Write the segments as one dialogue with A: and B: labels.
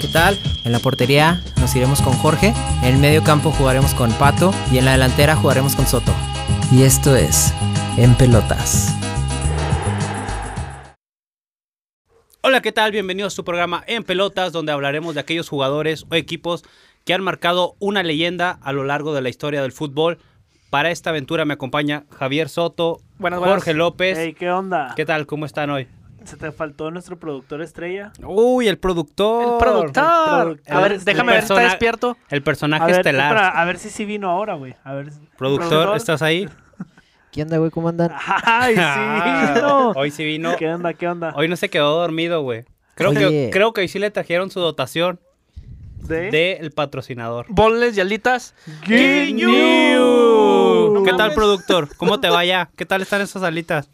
A: qué tal. En la portería nos iremos con Jorge. En el medio campo jugaremos con Pato. Y en la delantera jugaremos con Soto. Y esto es En Pelotas.
B: Hola, ¿qué tal? Bienvenidos a su programa En Pelotas, donde hablaremos de aquellos jugadores o equipos que han marcado una leyenda a lo largo de la historia del fútbol. Para esta aventura me acompaña Javier Soto,
C: Buenas, buenas.
B: Jorge
D: pues,
B: López.
C: Ey, ¿qué onda?
B: ¿Qué tal? ¿Cómo están hoy?
C: Se te faltó nuestro productor estrella.
B: Uy, el productor.
D: El productor.
C: productor.
D: A ver,
C: El
D: déjame ver, ¿está
B: persona-
D: despierto?
B: El personaje
C: a ver,
B: estelar.
C: espera, a ver si sí vino ahora, güey. A ver.
B: Productor, ¿estás ahí?
A: ¿Quién onda, güey? ¿Cómo andan?
C: Ay, sí, vino.
B: Hoy sí vino.
C: ¿Qué onda? ¿Qué onda?
B: Hoy no se quedó dormido, güey. Creo que,
A: Oye.
B: creo que hoy sí le trajeron su dotación
C: ¿De?
B: del patrocinador.
D: Boles y alitas.
C: ¿Qué
B: New.
C: new?
B: ¿Qué
C: No
B: tal,
C: mames.
B: productor? ¿Cómo te vaya? ¿Qué tal están esas alitas?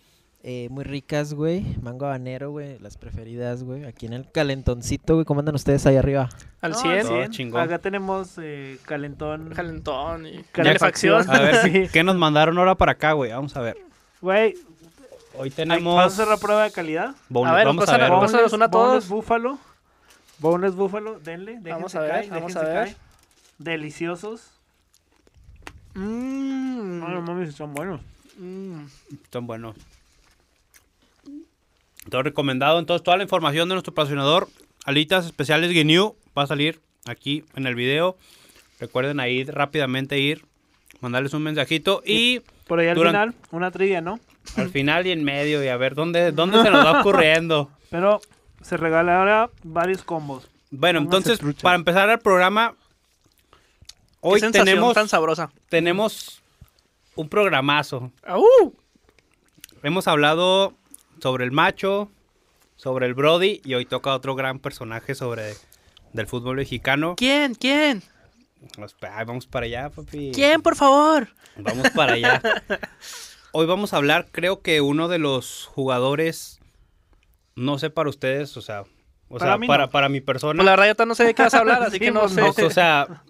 A: Eh, muy ricas, güey. Mango habanero, güey. Las preferidas, güey. Aquí en el calentoncito, güey. ¿Cómo andan ustedes ahí arriba?
D: Al
C: No,
D: 100.
B: sí. Todo chingón.
C: Acá tenemos eh, calentón.
D: Calentón y
C: Calefacción.
D: calefacción.
B: A ver,
C: Sí.
B: ¿qué- ¿qué nos mandaron ahora para acá, güey? Vamos a ver.
C: Güey,
B: Hoy
C: ¿vamos a
B: tenemos...
C: hacer la prueba de calidad?
B: bonus.
D: A ver,
B: vamos a
D: empiezan a
B: ver.
D: probar.
B: güey.
D: Pásanos una a
C: boneless
D: todos.
C: búfalo. Boneless búfalo, denle. déjense
D: Vamos a ver,
C: caer,
D: vamos
C: déjense
D: a ver.
C: caer. Deliciosos.
D: Mm,
C: No, no mames, son buenos.
D: mm.
B: Son buenos. Todo recomendado. Entonces, toda la información de nuestro patrocinador, Alitas Especiales Guineu, va a salir aquí en el video. Recuerden ahí rápidamente ir, mandarles un mensajito y
C: Por ahí al
B: Durante-
C: final, una trivia, ¿no?
B: al final y en medio y a ver dónde, dónde se nos va ocurriendo.
C: Pero se regalará varios combos.
B: Bueno,
C: Pónganse
B: entonces,
C: truchas.
B: para empezar el programa, hoy
D: Qué sensación
B: tenemos,
D: tan sabrosa.
B: tenemos un programazo.
D: ¡Au!
B: Hemos hablado sobre el macho, sobre el Brody y hoy toca otro gran personaje sobre del fútbol mexicano.
D: ¿Quién? ¿Quién?
B: Pues, ay, vamos para allá, papi.
D: ¿Quién, por favor?
B: Vamos para allá. Hoy vamos a hablar, creo que uno de los jugadores, no sé para ustedes, o sea, o
C: Para
B: sea,
C: mí no.
B: para, para mi persona.
D: Pues la verdad yo no sé de qué vas a hablar, así
C: Sí,
D: que no
C: pues,
D: sé.
B: No, o sea,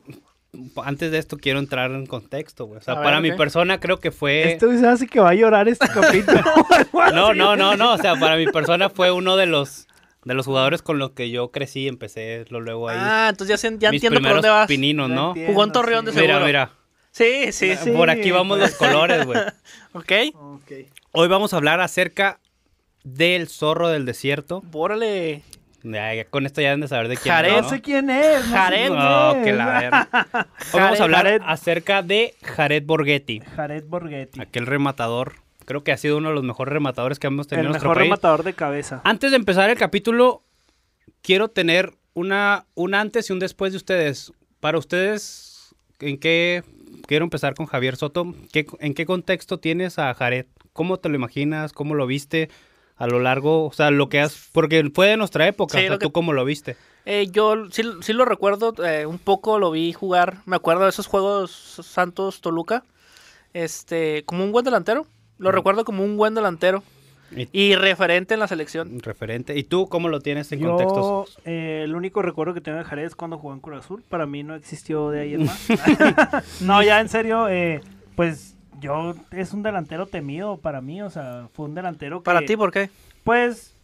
B: antes de esto quiero entrar en contexto, güey. O sea,
D: A ver,
B: para mi
D: ok.
B: persona creo que fue...
C: Este güey se hace que va a llorar este capítulo.
B: No, no, no, no. O sea, para mi persona fue uno de los de los jugadores con los que yo crecí y empecé lo luego ahí.
D: ah, entonces ya, sen- ya
B: mis
D: entiendo por
B: primeros
D: dónde vas.
B: pininos, ¿no?
C: Entiendo,
D: Jugó en Torreón de
C: sí.
D: seguro.
B: Mira, mira. eh,
D: Sí, sí, sí. pues.
B: Por aquí vamos los colores, güey.
D: Ok.
C: Ok.
B: Hoy vamos a hablar acerca del zorro del desierto.
D: Bórale.
B: Ya, ya con esto ya deben de saber de quién
D: Jared.
B: ¿no?
C: No sé quién es. no sé
D: Jared.
C: quién
B: No,
C: es.
B: que la verga. Hoy vamos a hablar
C: Jared.
B: acerca de Jared Borghetti,
C: Jared Borghetti.
B: aquel rematador. Creo que ha sido uno de los mejores rematadores que hemos tenido
C: El
B: en nuestro Ah,
C: mejor
B: país.
C: rematador de cabeza.
B: Antes de empezar el capítulo, quiero tener una, un antes y un después de ustedes. Para ustedes, ¿en qué? Quiero empezar con Javier Soto. ¿Qué- ¿En qué contexto tienes a Jared? ¿Cómo te lo imaginas? ¿Cómo lo viste a lo largo? O sea, lo que has... Porque fue de nuestra época.
D: Sí,
B: o sea,
D: lo que-
B: ¿tú cómo lo viste?
D: Eh, yo sí, sí lo recuerdo, eh, un poco lo vi jugar. Me acuerdo de esos juegos Santos Toluca. Este, como un buen delantero. Lo recuerdo como un buen delantero.
B: Y-
D: Y referente en la selección.
B: Referente. ¿Y tú cómo lo tienes en
C: Yo,
B: contextos?
C: eh, el único recuerdo que tengo de Jared es cuando jugó en Cruz Azul. Para mí no existió de ahí en más. no, ya en serio, eh, pues yo es un delantero temido para mí. O sea, fue un delantero que.
D: ¿Para ti por qué?
C: Pues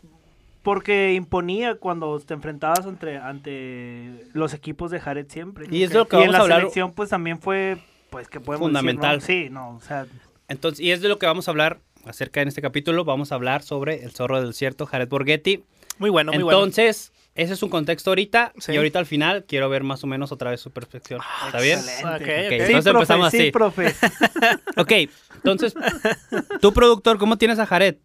C: porque imponía cuando te enfrentabas entre, ante los equipos de Jared siempre.
B: Y es lo que
C: Y en
B: vamos
C: la
B: a hablar.
C: selección pues también fue, pues que podemos
B: Fundamental.
C: decir, ¿no? Sí, no, o sea,
B: Entonces, y es de lo que vamos a hablar acerca en este capítulo. Vamos a hablar sobre el zorro del desierto, Jared Borghetti.
D: Muy bueno, muy bueno.
B: Entonces, ese es un contexto ahorita.
D: Sí. Ah,
B: Y ahorita al final quiero ver más o menos otra vez su perspectiva. ¿Está bien?
C: excelente.
D: Ok,
B: Ok,
D: ok.
B: entonces empezamos
C: sí,
B: así.
C: profe.
B: Ok, entonces, tú productor, ¿cómo tienes a Jared?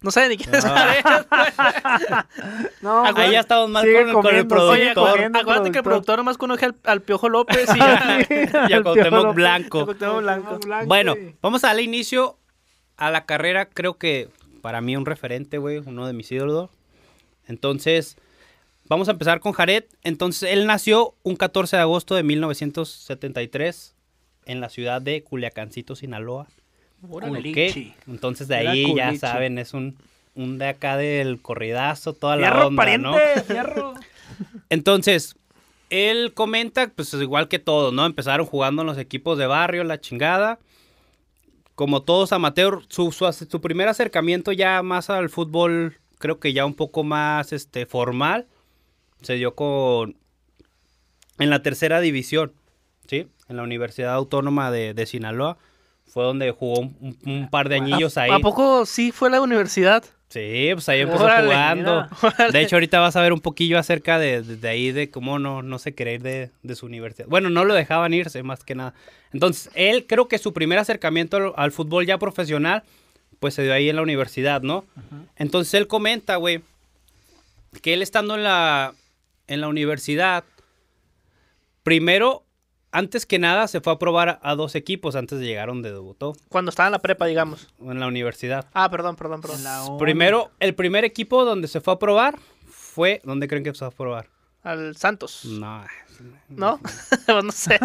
D: No sé ni quién
B: Ah.
D: es Jared.
C: No,
D: Acu-
B: Ahí ya estamos mal
C: Sigue
B: con, con el
C: comiendo,
D: Oye,
C: sigue
B: productor
C: comiendo.
D: acu- acuérdate que el productor nomás conoce al, al Piojo López y a-
B: y a
C: Al
B: Cuauhtémoc
C: Piojo
B: Blanco.
D: Cuauhtémoc Blanco.
B: Bueno, vamos al inicio a la carrera. Creo que para mí un referente, güey, uno de mis ídolos. Entonces, vamos a empezar con Jared. Entonces, él nació un 14 de agosto de 1973 en la ciudad de Culiacancito, Sinaloa.
D: Órale.
B: ¿Ok?
C: Culichi.
B: Entonces, de
C: Era
B: ahí ya
C: culichi.
B: saben, es un, un de acá del corridazo, toda la
C: Fierro,
B: onda,
C: pariente,
B: ¿no?
C: fierro.
B: Entonces, él comenta, pues es igual que todos, ¿no? Empezaron jugando en los equipos de barrio, la chingada. Como todos amateur, su, su, ace- su primer acercamiento ya más al fútbol creo que ya un poco más este, formal, se dio con en la tercera división, ¿sí? En la Universidad Autónoma de, de Sinaloa. Fue donde jugó un, un- un par de añillos ahí.
D: ¿A poco sí fue la universidad?
B: Sí, pues ahí empezó
D: Órale,
B: jugando.
D: mira.
B: De hecho, ahorita vas a ver un poquillo acerca de, de- de ahí, de cómo no, no se quería ir de, de su universidad. Bueno, no lo dejaban irse, más que nada. Entonces, él creo que su primer acercamiento al, al fútbol ya profesional, pues se dio ahí en la universidad, ¿no? Entonces, él comenta, güey, que él estando en la, en la universidad, primero, antes que nada, se fue a probar a, a dos equipos antes de llegar donde debutó,
D: Cuando estaba en la prepa, digamos.
B: en la universidad.
D: Ah, perdón, perdón, perdón.
C: En la O.
B: Primero, el primer equipo donde se fue a probar fue. ¿Dónde creen que se fue a probar?
D: Al Santos.
B: No.
D: ¿No? Pues no sé.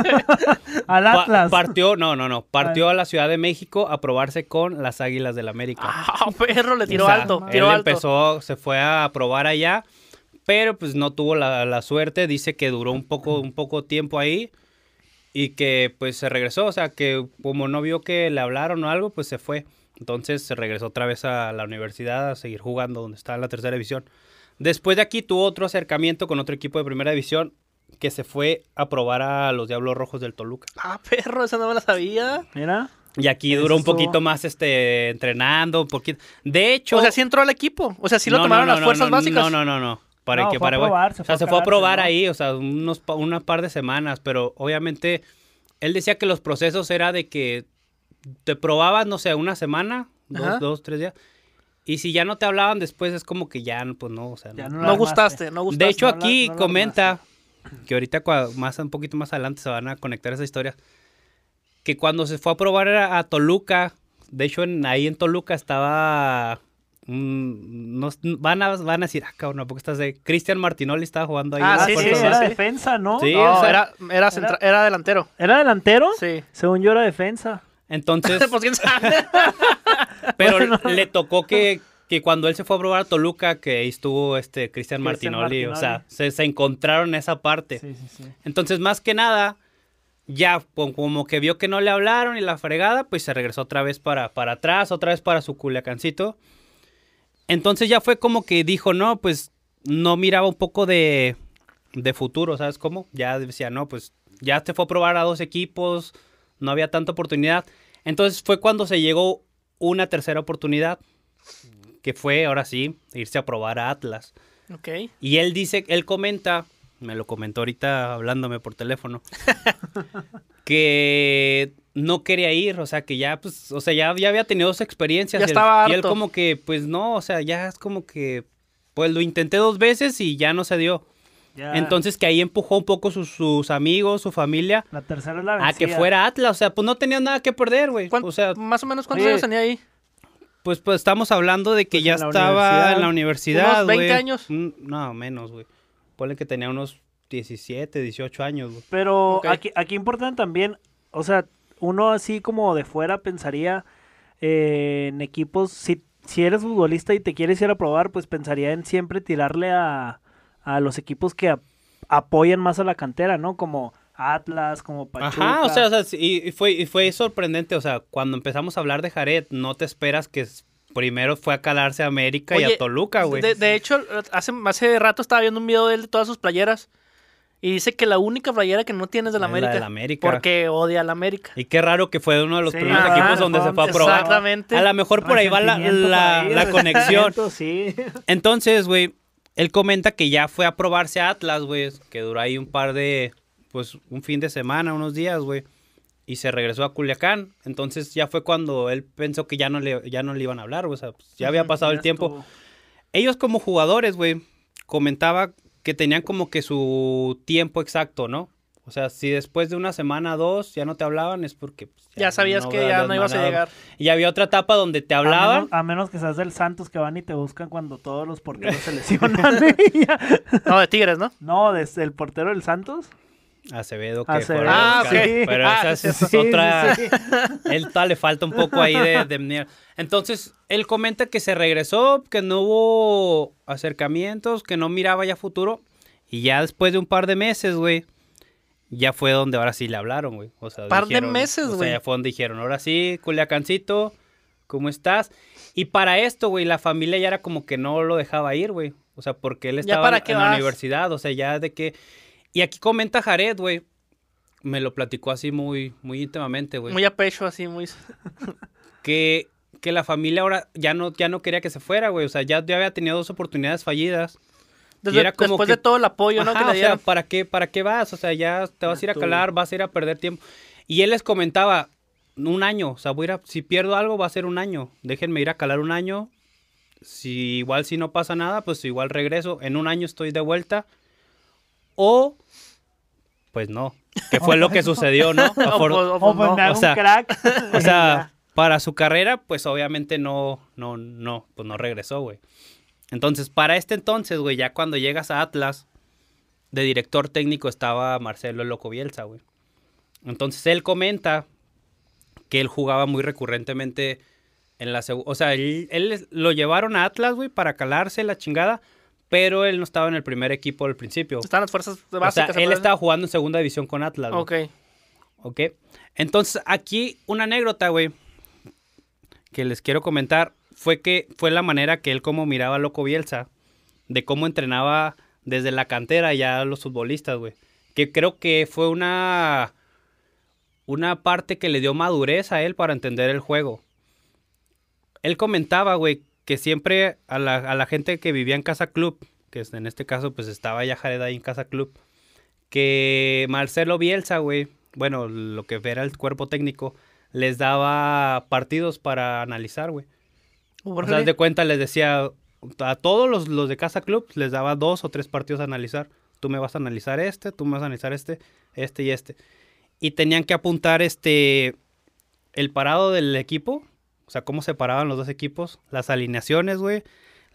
C: Al
B: Pa-
C: Atlas.
B: partió, no, no, no. Partió a la Ciudad de México a probarse con las Águilas del América.
D: Ah, perro, le tiró
B: O sea,
D: alto.
B: Él
D: Tiró alto.
B: empezó, se fue a probar allá, pero pues no tuvo la, la suerte. Dice que duró un poco, un poco tiempo ahí y que pues se regresó. O sea, que como no vio que le hablaron o algo, pues se fue. Entonces se regresó otra vez a la universidad a seguir jugando donde estaba en la tercera división. Después de aquí tuvo otro acercamiento con otro equipo de primera división que se fue a probar a los Diablos Rojos del Toluca.
D: Ah, perro, esa no me la sabía.
C: Mira.
B: Y aquí
C: Eso
B: duró un
C: estuvo-
B: poquito más este entrenando, un poquito. De hecho,
D: O sea, sí entró al equipo. O sea, sí lo
B: no,
D: tomaron
B: no,
D: las
B: no,
D: fuerzas
B: no,
D: básicas.
B: No, no, no, no. Para
C: No,
B: que
C: fue a
B: para
C: probar, se
B: o sea,
C: fue a
B: se fue a
C: calarse,
B: probar
C: ¿no?
B: ahí, o sea, unos pa- una par de semanas, pero obviamente él decía que los procesos era de que te probabas, no sé, una semana,
D: Ajá.
B: dos, dos, tres días. Y si ya no te hablaban después es como que ya, pues no, o sea,
C: Ya
B: no.
D: No
C: no lo armaste.
D: gustaste, no gustaste.
B: De hecho,
C: no la-
B: aquí
C: no la
B: comenta que ahorita cua- más un poquito más adelante se van a conectar esas historias. Que cuando se fue a probar a, a Toluca, de hecho en- ahí en Toluca estaba mm, no- van a van a decir, ah, cabrón, ¿a poco estás de Cristian Martinoli estaba jugando ahí?
D: Ah,
B: en la
C: Ah,
D: sí,
C: sí,
B: puerta,
D: sí,
B: ¿no?
C: era
D: sí.
C: defensa, ¿no?
B: Sí.
D: No,
B: o sea- ¿Ah?
D: era, era, centra- era delantero.
C: ¿Era delantero?
D: Sí.
C: Según yo era defensa.
B: Entonces,
D: Pues quién sabe.
B: pero le tocó que, que cuando él se fue a probar a Toluca, que ahí estuvo este Cristian
C: Cristian
B: Martinoli, o sea,
C: Martinoli.
B: se, se encontraron en esa parte.
C: Sí, sí, sí.
B: Entonces, más que nada, ya co- como que vio que no le hablaron y la fregada, pues se regresó otra vez para, para atrás, otra vez para su culiacancito. Entonces ya fue como que dijo, no, pues no miraba un poco de, de futuro, ¿sabes cómo? Ya decía, no, pues ya te fue a probar a dos equipos, no había tanta oportunidad. Entonces fue cuando se llegó una tercera oportunidad, que fue, ahora sí, irse a probar a Atlas.
D: ok.
B: Y él dice, él comenta, me lo comentó ahorita hablándome por teléfono, que no quería ir, o sea, que ya, pues, o sea, ya, ya había tenido dos experiencias. y
D: Ya
B: él-
D: estaba
B: Y él
D: harto.
B: como que, pues no, o sea, ya es como que, pues lo intenté dos veces y ya no se dio.
C: Ya.
B: Entonces que ahí empujó un poco sus, sus amigos, su familia,
C: La tercera es la vencida.
B: a ah, que fuera Atlas, o sea, pues no tenía nada que perder, güey.
D: ¿Cuán-
B: O sea,
D: más o menos cuántos
C: oye,
D: años tenía ahí.
B: pues, pues estamos hablando de que
C: Pues
B: ya
C: en la
B: estaba
C: universidad.
B: en la universidad.
D: Unos 20
B: güey.
D: años.
B: Mm, No, menos, güey. Ponle que tenía unos 17, 18 años, güey.
C: Pero
D: Ok.
C: aquí, aquí importan también, o sea, uno así como de fuera pensaría eh, en equipos, si, si eres futbolista y te quieres ir a probar, pues pensaría en siempre tirarle a, a los equipos que a- apoyan más a la cantera, ¿no? Como Atlas, como Pachuca.
B: Ajá, o sea, o sea, sí, y, y fue, y fue sorprendente. O sea, cuando empezamos a hablar de Jared, no te esperas que s- primero fue a calarse a América y
D: Oye,
B: a Toluca, güey.
D: De, de hecho, hace, hace rato estaba viendo un video de él de todas sus playeras. Y dice que la única playera que no tiene es de la
B: Es la
D: América.
B: del América.
D: Porque odia a la América.
B: Y qué raro que fue de uno de los
C: Sí,
B: primeros
D: ajá,
B: equipos donde
C: fue
B: se fue a
C: donde-
B: probar.
D: Exactamente.
B: A lo mejor por ahí va la,
C: Resentimiento
B: la-
C: por ahí,
B: la conexión.
C: resentimiento, Sí.
B: Entonces, güey, él comenta que ya fue a probarse a Atlas, güey, que duró ahí un par de, pues, un fin de semana, unos días, güey, y se regresó a Culiacán. Entonces ya fue cuando él pensó que ya no le, ya no le iban a hablar, güey, o sea, pues, ya había pasado el
C: Ya
B: tiempo.
C: estuvo.
B: Ellos como jugadores, güey, comentaba que tenían como que su tiempo exacto, ¿no? O sea, si después de una semana dos ya no te hablaban es porque... pues,
D: Ya sabías
B: no
D: que
B: habías
D: ya no ibas a
B: mandado.
D: llegar.
B: Y había otra etapa donde te
C: A
B: hablaban
C: menos, a menos que seas del Santos que van y te buscan cuando todos los porteros se lesionan.
D: No, de Tigres, ¿no?
C: no, desde el portero del Santos.
B: Acevedo que
C: Acevedo.
B: fueron
D: Ah,
B: buscar,
C: ok.
B: Pero
D: Ah,
B: esa es, es
C: sí,
B: otra.
C: sí,
B: Él tal le falta un poco ahí de, de mierda. Entonces, él comenta que se regresó, que no hubo acercamientos, que no miraba ya futuro. Y ya después de un par de meses, güey, ya fue donde ahora sí le hablaron, güey. O sea,
D: Par de
B: dijeron-
D: meses,
B: o sea,
D: güey.
B: ya fue donde dijeron, ahora sí, Culiacancito, ¿cómo estás? Y para esto, güey, la familia ya era como que no lo dejaba ir, güey. O sea, porque él
D: ¿Ya
B: estaba
D: para
B: en-
D: qué
B: en la
D: vas?
B: universidad, o sea, ya de que... Y aquí comenta Jared, güey. Me lo platicó así muy, muy íntimamente, güey.
D: Muy a pecho, así, muy.
B: Que, que la familia ahora ya no, ya no quería que se fuera, güey. O sea, ya, ya había tenido dos oportunidades fallidas.
D: Desde-
B: era como
D: después
B: que-
D: de todo el apoyo, ¿no?
B: Ajá,
D: Que le
B: o sea,
D: dieron.
B: ¿para qué, ¿para qué vas? O sea, ya te vas a ir a
C: tú.
B: calar, vas a ir a perder tiempo. Y él les comentaba, un año, o sea, voy a ir a- si pierdo algo va a ser un año, déjenme ir a calar un año, si igual si no pasa nada, pues igual regreso, en un año estoy de vuelta, o pues no, que fue lo que sucedió, ¿no?
D: O
B: Afor-
D: pues- o
C: O
D: pues
C: pues
D: no.
C: me hago
B: o sea,
C: un crack.
B: o sea, para su carrera, pues obviamente no, no, no, pues no regresó, güey. Entonces, para este entonces, güey, ya cuando llegas a Atlas, de director técnico estaba Marcelo "El Loco Bielsa, güey. Entonces él comenta que él jugaba muy recurrentemente en la segu- O sea, él, él es- lo llevaron a Atlas, güey, para calarse la chingada, pero él no estaba en el primer equipo al principio.
D: Están las fuerzas
B: O sea,
D: básicas.
B: él
D: ¿se
B: estaba jugando en segunda división con Atlas. güey.
D: Ok.
B: ¿Ok? Entonces, aquí una anécdota, güey, que les quiero comentar, fue que fue la manera que él como miraba a Loco Bielsa, de cómo entrenaba desde la cantera ya a los futbolistas, güey. Que creo que fue una, una parte que le dio madurez a él para entender el juego. Él comentaba, güey, que siempre a la, a la gente que vivía en Casa Club, que es- en este caso pues estaba ya Jared ahí en Casa Club, que Marcelo Bielsa, güey, bueno, lo que era el cuerpo técnico, les daba partidos para analizar, güey. O sea, haz
D: Órale.
B: de cuenta les decía a todos los, los de Casa Club, les daba dos o tres partidos a analizar. Tú me vas a analizar este, tú me vas a analizar este, este y este. Y tenían que apuntar este el parado del equipo, o sea, cómo se paraban los dos equipos, las alineaciones, güey.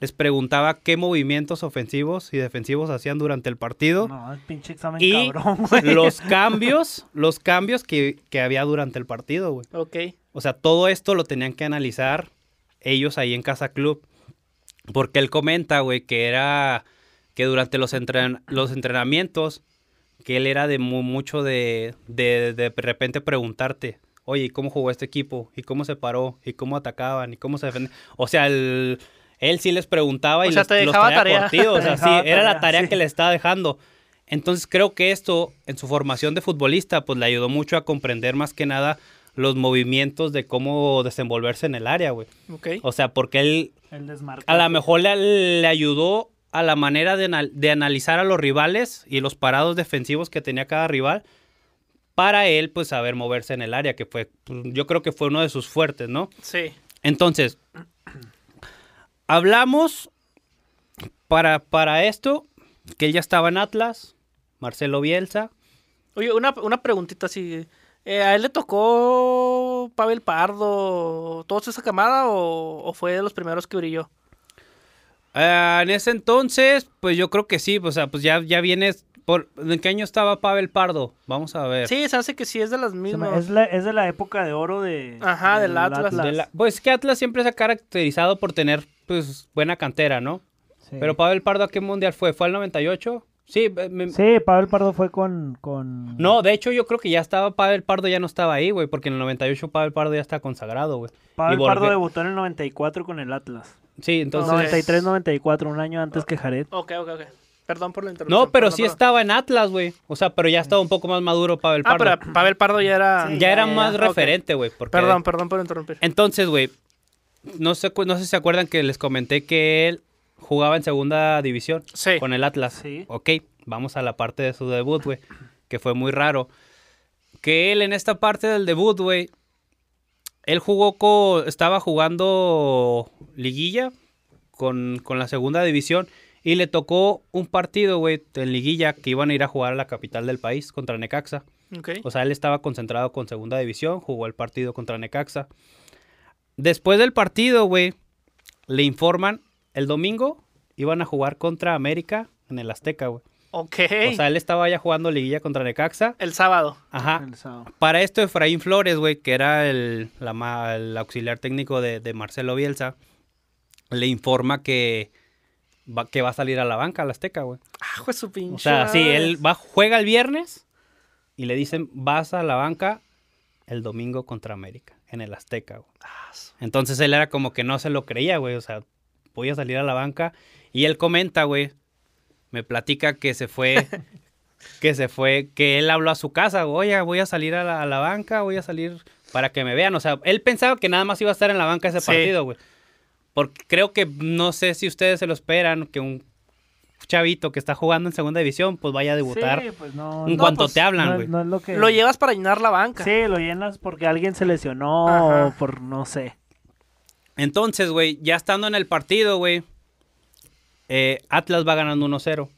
B: Les preguntaba qué movimientos ofensivos y defensivos hacían durante el partido
C: No, el pinche examen
B: Y
C: cabrón, güey.
B: los cambios, los cambios que, que había durante el partido, güey.
D: Ok.
B: O sea, todo esto lo tenían que analizar ellos ahí en Casa Club. Porque él comenta, güey, que era que durante los, entren- los entrenamientos, que él era de mu- mucho de, de de repente preguntarte, oye, ¿y ¿cómo jugó este equipo? ¿Y cómo se paró? ¿Y cómo atacaban? ¿Y cómo se defendían? O sea, el- él sí les preguntaba y
D: O sea,
B: los,
D: te
B: los
D: dejaba
B: traía
D: tarea.
B: curtidos. O
C: Te
B: sea,
C: dejaba
B: sí, era la
C: tarea,
B: tarea
C: sí.
B: que le estaba dejando. Entonces creo que esto, en su formación de futbolista, pues le ayudó mucho a comprender más que nada los movimientos de cómo desenvolverse en el área, güey.
D: Ok.
B: O sea, porque él
C: El desmarque.
B: a lo mejor le, le ayudó a la manera de, anal- de analizar a los rivales y los parados defensivos que tenía cada rival para él, pues, saber moverse en el área, que fue, pues, yo creo que fue uno de sus fuertes, ¿no?
D: Sí.
B: Entonces, hablamos para, para esto, que él ya estaba en Atlas, Marcelo Bielsa.
D: Oye, una, una preguntita así. eh, ¿A él le tocó Pavel Pardo, toda esa camada o, o fue de los primeros que brilló?
B: Ah, en ese entonces, pues yo creo que sí, o sea, pues ya, ya vienes... Por, ¿En qué año estaba Pavel Pardo? Vamos a ver.
D: Sí, se hace que sí es de las
C: Se me-
D: mismas.
C: es, la- es de la época de oro de.
D: Ajá, del Atlas.
B: De la- pues es que Atlas siempre se ha caracterizado por tener pues buena cantera, ¿no?
C: Sí.
B: Pero Pavel Pardo, ¿a qué mundial fue? ¿Fue al 98? Sí, eh, me-
C: Sí, Pavel Pardo fue con. con...
B: no, de hecho yo creo que ya estaba Pavel Pardo, ya no estaba ahí, güey, porque en el 98 Pavel Pardo ya está consagrado, güey. y
C: Pavel
B: Borges-
C: Pardo debutó en el 94 con el Atlas.
B: Sí, entonces...
D: No,
C: 93-94, un año antes que Jared.
D: Ok, ok, ok. Perdón por la interrupción.
B: No, pero
D: perdón,
B: sí
D: perdón.
B: estaba en Atlas, güey. O sea, pero ya estaba un poco más maduro Pavel
D: Ah,
B: Pardo.
D: pero Pavel Pardo ya era.
C: Sí.
B: Ya era
C: ya, ya,
B: más
D: ok.
B: referente, güey. porque-
D: Perdón, perdón por interrumpir.
B: Entonces, güey, no sé, cu- no sé si se acuerdan que les comenté que él jugaba en segunda división
D: Sí.
B: con el Atlas.
C: Sí.
B: Ok, vamos a la parte de su debut, güey, que fue muy raro. Que él en esta parte del debut, güey, él jugó con, estaba jugando liguilla con, con la segunda división y le tocó un partido, güey, en liguilla que iban a ir a jugar a la capital del país contra Necaxa.
D: Ok.
B: O sea, él estaba concentrado con segunda división, jugó el partido contra Necaxa. Después del partido, güey, le informan, el domingo iban a jugar contra América en el Azteca, güey.
D: Ok.
B: O sea, él estaba ya jugando liguilla contra Necaxa.
D: el sábado.
B: Ajá.
C: El sábado.
B: Para esto, Efraín Flores, güey, que era el, la ma- el auxiliar técnico de, de Marcelo Bielsa, le informa que va, que va a salir a la banca al Azteca, güey.
D: Ah, pues su pinche.
B: O sea, sí,
D: madre.
B: él va, juega el viernes y le dicen, vas a la banca el domingo contra América. en el Azteca, güey. Entonces él era como que no se lo creía, güey. O sea, voy a salir a la banca. Y él comenta, güey. Me platica que se fue. que se fue. Que él habló a su casa. Oye, voy a salir a la, a la banca. Voy a salir para que me vean. O sea, él pensaba que nada más iba a estar en la banca ese
D: Sí.
B: partido, güey. Porque creo que no sé si ustedes se lo esperan. Que un chavito que está jugando en segunda división, pues vaya a debutar.
C: Sí, pues no.
B: en
C: no,
B: cuanto
C: pues,
B: te hablan,
C: no es-
B: güey.
C: no es lo que.
D: Lo llevas para llenar la banca.
C: Sí, lo llenas porque alguien se lesionó
D: Ajá.
C: o por no sé.
B: Entonces, güey, ya estando en el partido, güey, eh, Atlas va ganando 1-0.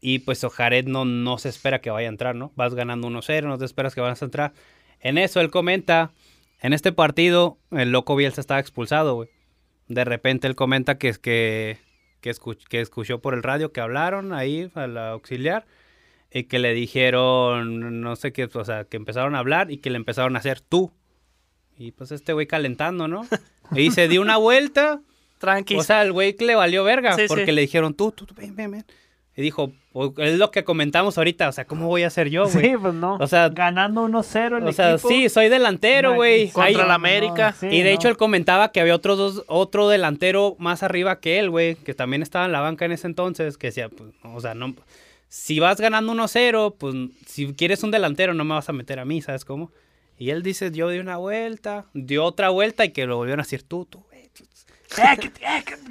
B: Y pues o Jared no, no se espera que vaya a entrar, ¿no? Vas ganando 1-0, no te esperas que vayas a entrar. En eso él comenta, en este partido el loco Bielsa estaba expulsado, güey. De repente él comenta que, es que, que, escuch- que escuchó por el radio que hablaron ahí al auxiliar y que le dijeron, no sé qué, o sea, que empezaron a hablar y que le empezaron a hacer tú. Y pues este güey calentando, ¿no? Y se dio una vuelta.
D: Tranqui.
B: O sea, el güey que le valió verga
D: Sí, sí.
B: porque le dijeron tú, tú, tú, ven, ven, ven. Y dijo, o- es lo que comentamos ahorita, o sea, ¿cómo voy a ser yo, güey?
C: Sí, pues no.
B: O sea-
C: ganando 1-0 el
B: o sea,
C: equipo.
B: sí, soy delantero,
C: No,
B: güey.
C: contra
B: Ahí-
D: la América.
C: sí,
B: y de
C: no.
B: hecho él comentaba que había otros dos, otro delantero más arriba que él, güey, que también estaba en la banca en ese entonces, que decía, pues, o sea, no, si vas ganando 1-0, pues si quieres un delantero no me vas a meter a mí, ¿sabes cómo? Y él dice, yo di una vuelta, dio otra vuelta y que lo volvieron a decir tú, tú, güey. tú, tú".
C: Eh, que- eh, que-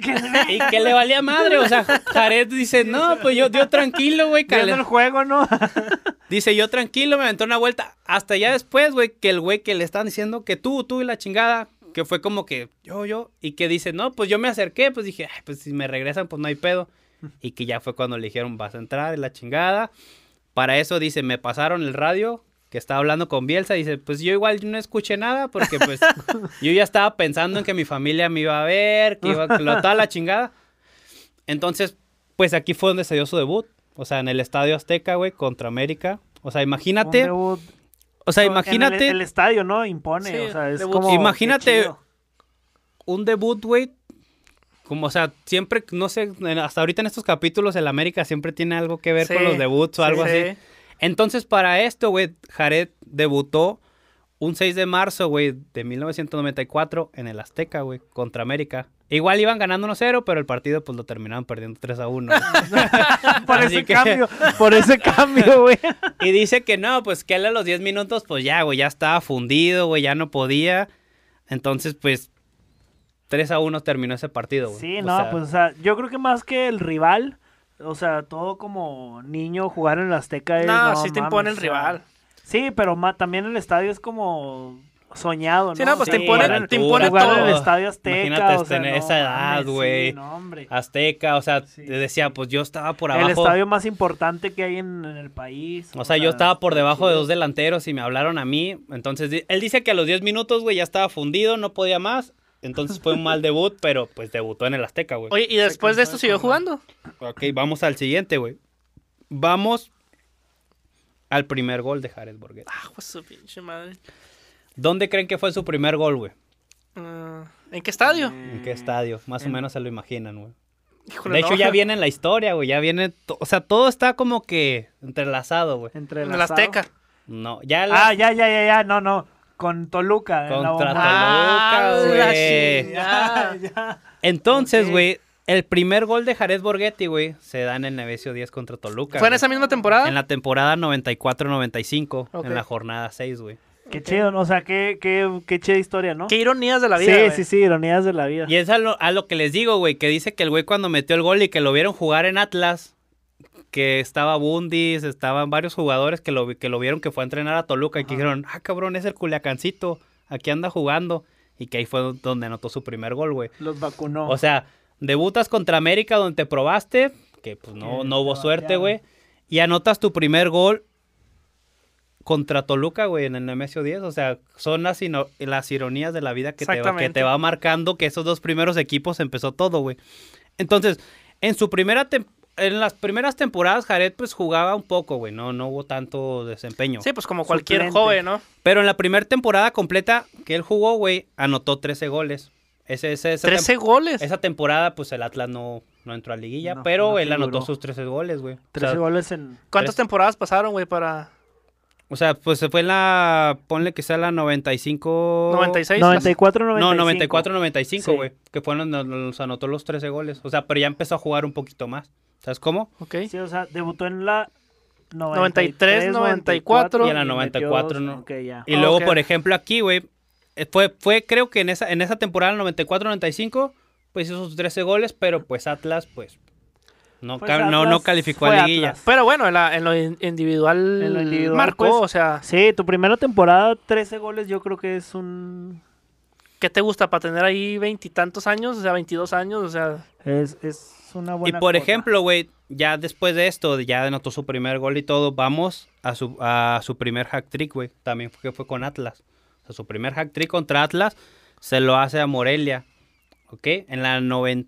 C: que-
B: Y que le valía madre, o sea, Jared dice, no, pues yo, yo tranquilo, güey, calen-
C: Viendo el juego, ¿no?
B: Dice, yo tranquilo, me aventó una vuelta. Hasta ya después, güey, que el güey que le están diciendo que tú, tú y la chingada, que fue como que yo, yo, y que dice, no, pues yo me acerqué, pues dije, "Ay, pues si me regresan, pues no hay pedo. Y que ya fue cuando le dijeron, vas a entrar y la chingada. Para eso, dice, me pasaron el radio que estaba hablando con Bielsa. Dice, pues yo igual no escuché nada porque pues yo ya estaba pensando en que mi familia me iba a ver, que iba a que lo- toda la chingada. Entonces, pues aquí fue donde se dio su debut. O sea, en el Estadio Azteca, güey, contra América. O sea,
C: Un
B: imagínate.
C: debut.
B: O sea,
C: En el- e-
B: imagínate
C: El, estadio, ¿no? Impone.
D: Sí,
C: o sea, es
D: debut.
C: como. qué
B: Imagínate-
C: chido.
B: un debut, güey. Como, o sea, siempre, no sé, en- hasta ahorita en estos capítulos, el América siempre tiene algo que ver
D: Sí,
B: con los debuts o
D: sí,
B: algo
D: sí.
B: así. Entonces, para esto, güey, Jared debutó un 6 de marzo, güey, de 1994 en el Azteca, güey, contra América. Igual iban ganando 1-0, pero el partido pues lo terminaban perdiendo 3 a 1.
C: Por
B: Así
C: ese
B: que-
C: cambio. Por ese cambio, güey.
B: Y dice que no, pues que él a los 10 minutos, pues ya, güey, ya estaba fundido, güey, ya no podía. Entonces, pues, 3 a 1 terminó ese partido, güey.
C: Sí,
B: O
C: no,
B: sea,
C: pues, o sea, yo creo que más que el rival, o sea, todo como niño jugar en el Azteca es.
D: No, sí te impone el
C: o sea,
D: rival.
C: Sí, pero ma- también el estadio es como soñado, ¿no?
D: Sí, no, pues te
B: Sí,
D: impone,
B: la
D: te impone
B: altura,
C: jugar
D: todo.
C: en el Estadio Azteca.
B: Imagínate
C: o sea,
B: tener
C: no
B: esa edad,
C: mames, sí,
B: güey.
C: no, hombre.
B: Azteca, o sea,
C: Sí.
B: te decía, pues yo estaba por
C: El
B: abajo.
C: estadio más importante que hay en, en el país.
B: O sea, yo estaba por debajo de dos
C: chido.
B: delanteros y me hablaron a mí. Entonces, di- él dice que a los 10 minutos, güey, ya estaba fundido, no podía más. Entonces fue un mal debut, pero pues debutó en el Azteca, güey.
D: Oye, y después de esto siguió jugando.
B: Ok, vamos al siguiente, güey. Vamos al primer gol de Jared Borghetti.
D: Ah, pues su pinche madre.
B: ¿Dónde creen que fue su primer gol, güey?
D: Ah, ¿En qué estadio?
C: Mm.
B: ¿En qué estadio? Más o menos se lo imaginan, güey.
D: Híjole,
B: De hecho,
D: no.
B: ya viene en la historia, güey. Ya viene. to- O sea, todo está como que entrelazado, güey.
C: Entre
D: En el Azteca.
B: No, ya la-
C: Ah, ya, ya, ya, ya, no, no. Con Toluca. en la
B: Contra
C: bombonera.
B: Ah, Toluca,
D: la
B: güey.
D: chingada.
C: ya.
B: Entonces,
C: ok.
B: güey, el primer gol de Jared Borghetti, güey, se da en el Nevesio 10 contra Toluca.
D: ¿Fue en
B: güey.
D: esa misma temporada?
B: En la temporada 94-95,
D: Ok.
B: en la jornada 6, güey.
C: Qué chido, ¿no? o sea, qué, qué, qué chida historia, ¿no?
D: Qué ironías de la vida.
C: sí,
D: güey.
C: sí, sí, ironías de la vida.
B: Y es a lo, a lo que les digo, güey, que dice que el güey cuando metió el gol y que lo vieron jugar en Atlas, que estaba Bundis, estaban varios jugadores que lo, vi- que lo vieron que fue a entrenar a Toluca y que dijeron, ah, cabrón, es el Culiacancito, aquí anda jugando. Y que ahí fue donde anotó su primer gol, güey.
C: Los vacunó.
B: O sea, debutas contra América donde te probaste, que pues no,
C: Que
B: no hubo
C: te
B: suerte,
C: batearon.
B: güey. Y anotas tu primer gol contra Toluca, güey, en el Nemesio 10. O sea, son las, ino- las ironías de la vida que te, va- que
D: Exactamente.
B: te va marcando que esos dos primeros equipos empezó todo, güey. Entonces, en su primera tem- en las primeras temporadas, Jared pues jugaba un poco, güey. No, no hubo tanto desempeño.
D: Sí, pues como cualquier
C: Suplente.
D: joven, ¿no?
B: Pero en la primera temporada completa que él jugó, güey, anotó 13 goles. Ese, ese, esa tem-
D: 13 goles.
B: esa temporada, pues el Atlas no, no entró a liguilla,
C: No,
B: pero
C: no
B: él anotó
C: figuró.
B: sus 13 goles, güey. O sea,
C: 13 goles en.
D: ¿Cuántas
B: tres.
D: temporadas pasaron, güey, para
B: O O sea, pues se fue en la. Ponle que sea la 95.
D: 96. las-
C: 94, 95.
B: No, 94-95,
C: Sí.
B: güey. Que fue donde nos anotó los 13 goles. O sea, pero ya empezó a jugar un poquito más. ¿Sabes cómo?
D: Ok.
C: Sí, o sea, debutó en la
D: 93, 94,
B: Y en la
C: y metió
B: 94,
C: dos.
B: ¿no?
C: Ok, ya.
B: Y
D: Ah,
B: luego,
D: ok.
B: por ejemplo, aquí, güey, eh, fue, fue creo que en esa, en esa temporada, 94-95, pues hizo sus 13 goles, pero pues Atlas, pues, no,
C: Pues
B: ca- no, no
C: Atlas
B: calificó
C: fue
B: a Liguilla.
C: Atlas.
D: Pero bueno, en, la- en lo in- individual,
C: En lo individual,
D: marcó,
C: pues.
D: o sea,
C: Sí, tu primera temporada, 13 goles, yo creo que es un...
D: ¿qué te gusta para tener ahí veintitantos años? O sea, 22 años, o sea,
C: Es, es una
B: Y
C: buena
B: por
C: cuota.
B: ejemplo, güey, ya después de esto, ya anotó su primer gol y todo, vamos a su, a su primer hack trick, güey, también fue- que fue con Atlas. O sea, su primer hack trick contra Atlas se lo hace a Morelia, ¿ok? En la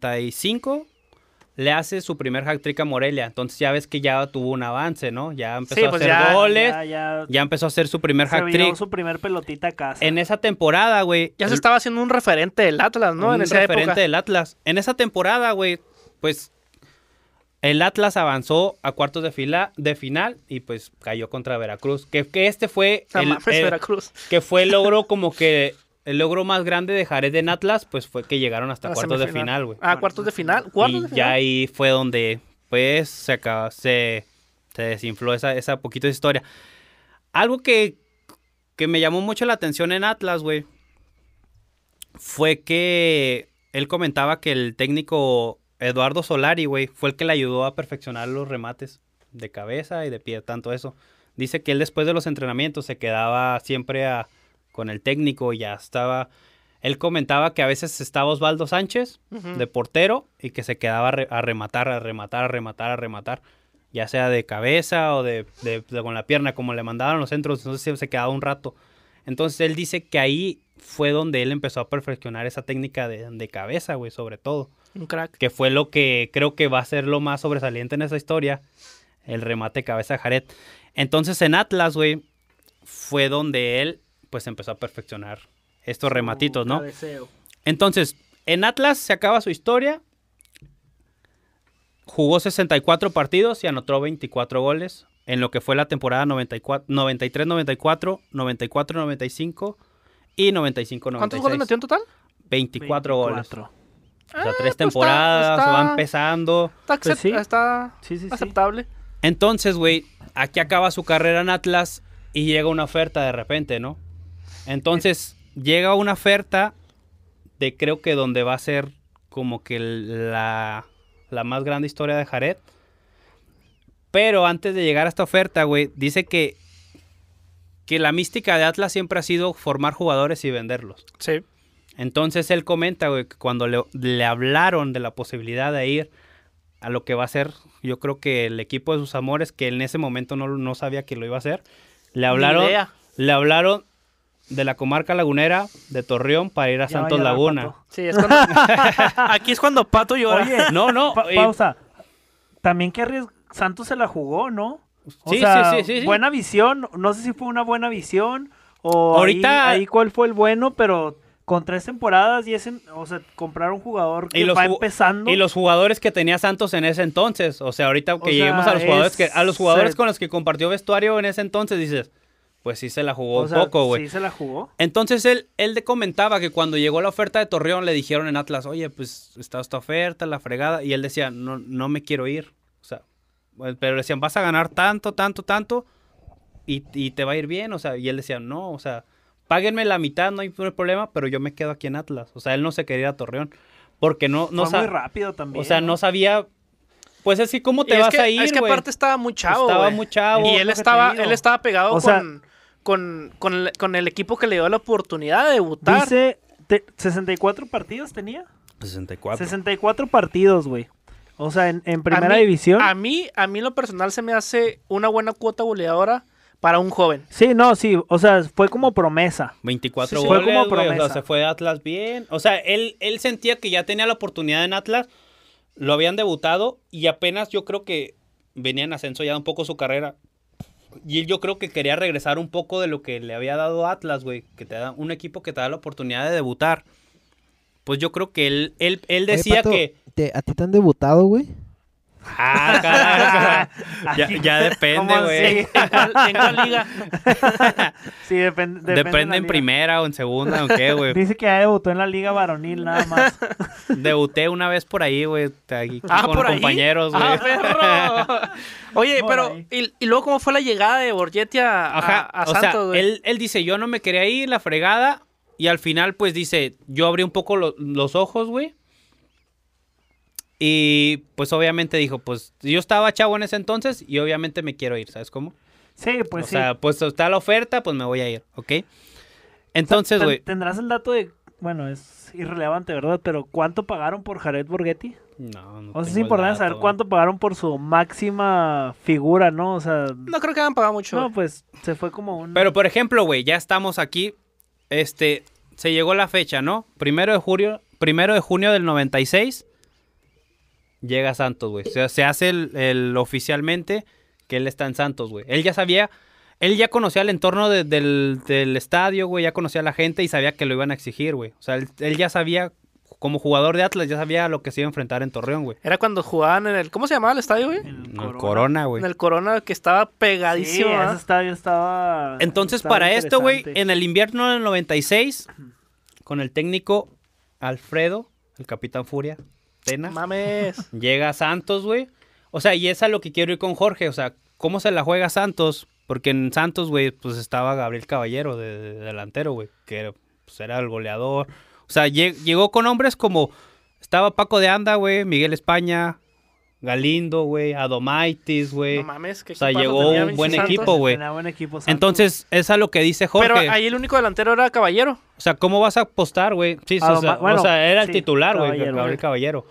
B: 95 le hace su primer hack trick a Morelia, entonces ya ves que ya tuvo un avance, ¿no? Ya empezó
D: Sí,
B: a
D: pues
B: hacer
D: ya-
B: goles,
C: Ya,
B: ya,
C: ya,
B: empezó a hacer su primer
C: se
B: hack
C: vio
B: trick.
C: su primer pelotita a casa.
B: En esa temporada, güey,
D: ya
B: el-
D: se estaba haciendo un referente del Atlas, ¿no?
B: un
D: en esa
B: referente
D: época.
B: del Atlas. En esa temporada, güey, pues el Atlas avanzó a cuartos de fila de final y pues cayó contra Veracruz. Que, que este fue
D: O sea,
B: el,
D: mames,
B: el-
D: Veracruz.
B: que fue el logro como que el logro más grande de Jared en Atlas, pues fue que llegaron hasta
D: A la
B: cuartos de
D: semifinal.
B: final, güey.
D: Ah, cuartos de final. Cuartos
B: y
D: de final.
B: ya ahí fue donde pues se acaba, se, se desinfló esa, esa poquito de historia. Algo que, que me llamó mucho la atención en Atlas, güey, fue que él comentaba que el técnico Eduardo Solari, güey, fue el que le ayudó a perfeccionar los remates de cabeza y de pie, tanto eso. Dice que él después de los entrenamientos se quedaba siempre a- con el técnico y ya estaba... Él comentaba que a veces estaba Osvaldo Sánchez
D: Ujú.
B: de portero y que se quedaba a, re- a rematar, a rematar, a rematar, a rematar. Ya sea de cabeza o de, de- de con la pierna, como le mandaban los centros, entonces se- se quedaba un rato. Entonces él dice que ahí fue donde él empezó a perfeccionar esa técnica de, de cabeza, güey, sobre todo.
D: Un crack.
B: Que fue lo que creo que va a ser lo más sobresaliente en esa historia, el remate cabeza de Jared. Entonces en Atlas, güey, fue donde él pues empezó a perfeccionar estos rematitos,
C: Su
B: ¿no?
C: cabeceo.
B: Entonces, en Atlas se acaba su historia. Jugó 64 partidos y anotó 24 goles en lo que fue la temporada 94 93-94, 94-95 y 95-96.
D: ¿Cuántos goles metió en total?
B: 24 goles.
C: 24.
B: O sea,
D: Ah, pues
B: tres
D: está-
B: temporadas,
D: está-
B: va empezando.
D: Está,
C: Pues
D: accept-
C: sí.
D: está
C: Sí, sí, sí.
D: aceptable.
B: Entonces, güey, aquí acaba su carrera en Atlas y llega una oferta de repente, ¿no? Entonces, llega una oferta de creo que donde va a ser como que la, la más grande historia de Jared. Pero antes de llegar a esta oferta, güey, dice que, que la mística de Atlas siempre ha sido formar jugadores y venderlos.
D: Sí.
B: Entonces él comenta, güey, que cuando le, le hablaron de la posibilidad de ir a lo que va a ser, yo creo que el equipo de sus amores, que en ese momento no, no sabía que lo iba a hacer, le hablaron,
D: idea.
B: le hablaron de la comarca lagunera de Torreón para ir a
C: Ya va a
B: Santos
C: llegar
B: Laguna.
C: Pato.
D: Sí, es cuando... Aquí es cuando Pato llora.
C: Oye,
B: No, no,
C: Pa-
B: eh,
C: pausa. También que arriesg- Santos se la jugó, ¿no? O
B: Sí,
C: sea,
B: sí, sí, sí, sí.
C: Buena visión. No sé si fue una buena visión o
B: Ahorita-
C: ahí, ahí cuál fue el bueno, pero con tres temporadas y ese, o sea, comprar un jugador que
B: y los,
C: va
B: ju-
C: empezando.
B: y los jugadores que tenía Santos en ese entonces, o sea, ahorita que
C: sea,
B: lleguemos a los jugadores que a los
C: es-
B: jugadores
C: se-
B: con los que compartió vestuario en ese entonces dices, pues sí se la jugó
C: o
B: un
C: sea,
B: poco, güey.
C: Sí se la jugó.
B: Entonces él, él le comentaba que cuando llegó la oferta de Torreón le dijeron en Atlas, oye, pues está esta oferta, la fregada, y él decía, no, no me quiero ir. O sea, bueno, pero le decían, vas a ganar tanto, tanto, tanto, y, y te va a ir bien. O sea, y él decía, no, o sea, páguenme la mitad, no hay no hay problema, pero yo me quedo aquí en Atlas. O sea, él no se quería ir a Torreón. Porque no, no
C: fue muy
B: sa-
C: rápido también.
B: O sea, no sabía. Pues es que, ¿cómo
D: Y
B: te
D: es
B: vas
D: que-
B: a ir?
D: Es que
B: güey?
D: aparte estaba muy chavo.
B: Estaba
D: güey.
B: muy chavo.
D: Y
B: Es
D: él
B: lo que te
D: estaba,
B: digo.
D: él estaba pegado
C: O sea-
D: con, con, con el, con el equipo que le dio la oportunidad de debutar.
C: Dice, te- 64 partidos tenía.
B: 64.
C: 64 partidos, güey. O sea, en, en primera
D: mí-
C: división.
D: A mí, a mí en lo personal se me hace una buena cuota goleadora para un joven.
C: Sí, no, sí. O sea, fue como promesa.
B: 24
D: Sí, sí.
B: goles,
C: Fue como
B: güey, o sea,
C: promesa.
B: se fue de Atlas bien. O sea, él, él sentía que ya tenía la oportunidad en Atlas. Lo habían debutado y apenas yo creo que venía en ascenso ya un poco su carrera. Y él yo creo que quería regresar un poco de lo que le había dado Atlas, güey. Que te da un equipo que te da la oportunidad de debutar. Pues yo creo que él, él, él
E: Oye,
B: decía
E: Pato,
B: que...
E: te- ¿A ti te han debutado, güey?
B: Ah, caray,
C: Así
B: ya, ya depende,
C: ¿Cómo
B: güey.
C: así?
D: ¿En cuál- en cuál liga?
C: Sí, depen- depende. de
B: Depende,
C: la
B: en
C: liga.
B: primera o en segunda o qué, güey.
C: Dice que ya debutó en la liga varonil nada más.
B: Debuté una vez por ahí, güey. ahí
D: Ah,
B: con
D: por ahí.
B: compañeros, güey.
D: Ah, perro. Oye,
C: Por
D: pero
C: ahí.
D: y, y luego cómo fue la llegada de Borgetti a, a-
B: Ajá,
D: a
B: o sea,
D: Santos, güey?
B: él, él dice, yo no me quería ir, la fregada. Y al final, pues dice, yo abrí un poco lo- los ojos, güey. Y pues obviamente dijo, pues yo estaba chavo en ese entonces y obviamente me quiero ir, ¿sabes cómo?
C: Sí, pues
B: o
C: sí.
B: sea, pues está la oferta, pues me voy a ir, ¿ok? Entonces,
C: Ten-
B: güey,
C: Tendrás el dato de. Bueno, es irrelevante, ¿verdad? Pero ¿cuánto pagaron por Jared Borghetti?
B: no, no
C: O sea, es
B: tengo el
C: importante
B: dato,
C: saber
B: güey.
C: cuánto pagaron por su máxima figura, ¿no? O sea,
D: No creo que hayan pagado mucho.
C: no,
D: güey.
C: pues se fue como un.
B: Pero por ejemplo, güey, ya estamos aquí. Este, se llegó la fecha, ¿no? Primero de julio, primero de junio del 96. Llega Santos, güey. Se, se hace el, el oficialmente que él está en Santos, güey. Él ya sabía, él ya conocía el entorno de- del, del estadio, güey. Ya conocía a la gente y sabía que lo iban a exigir, güey. O sea, él, él ya sabía, como jugador de Atlas, ya sabía lo que se iba a enfrentar en Torreón, güey.
D: Era cuando jugaban en el ¿Cómo se llamaba el estadio, güey?
C: el
B: No, el Corona, güey.
D: En el Corona que estaba
C: Sí,
D: pegadísimo. ¿ah? ¿verdad?
C: ese estadio estaba.
B: Entonces,
C: estaba
B: para esto, güey,
C: interesante.
B: en el invierno del 96, con el técnico Alfredo, el capitán Furia, Tena,
D: Mames.
B: llega Santos, güey. O sea, y es a lo que quiero ir con Jorge, o sea, ¿cómo se la juega Santos? Porque en Santos, güey, pues estaba Gabriel Caballero de, de delantero, güey, que era, pues, era el goleador. O sea, lle- llegó con hombres como estaba Paco de Anda, güey, Miguel España, Galindo, güey, Adomaitis, güey.
D: No mames, que
B: O sea, llegó un Oh, buen equipo, güey.
C: Tenía buen equipo, Santos.
B: Entonces, es a lo que dice Jorge.
D: Pero ahí el único delantero era Caballero.
B: O sea, ¿cómo vas a apostar, güey? Sí,
C: Ah,
B: o, sea,
C: ma- bueno,
B: o sea, era el
C: sí,
B: titular, güey,
C: Caballero,
B: Gabriel
C: güey.
B: Caballero.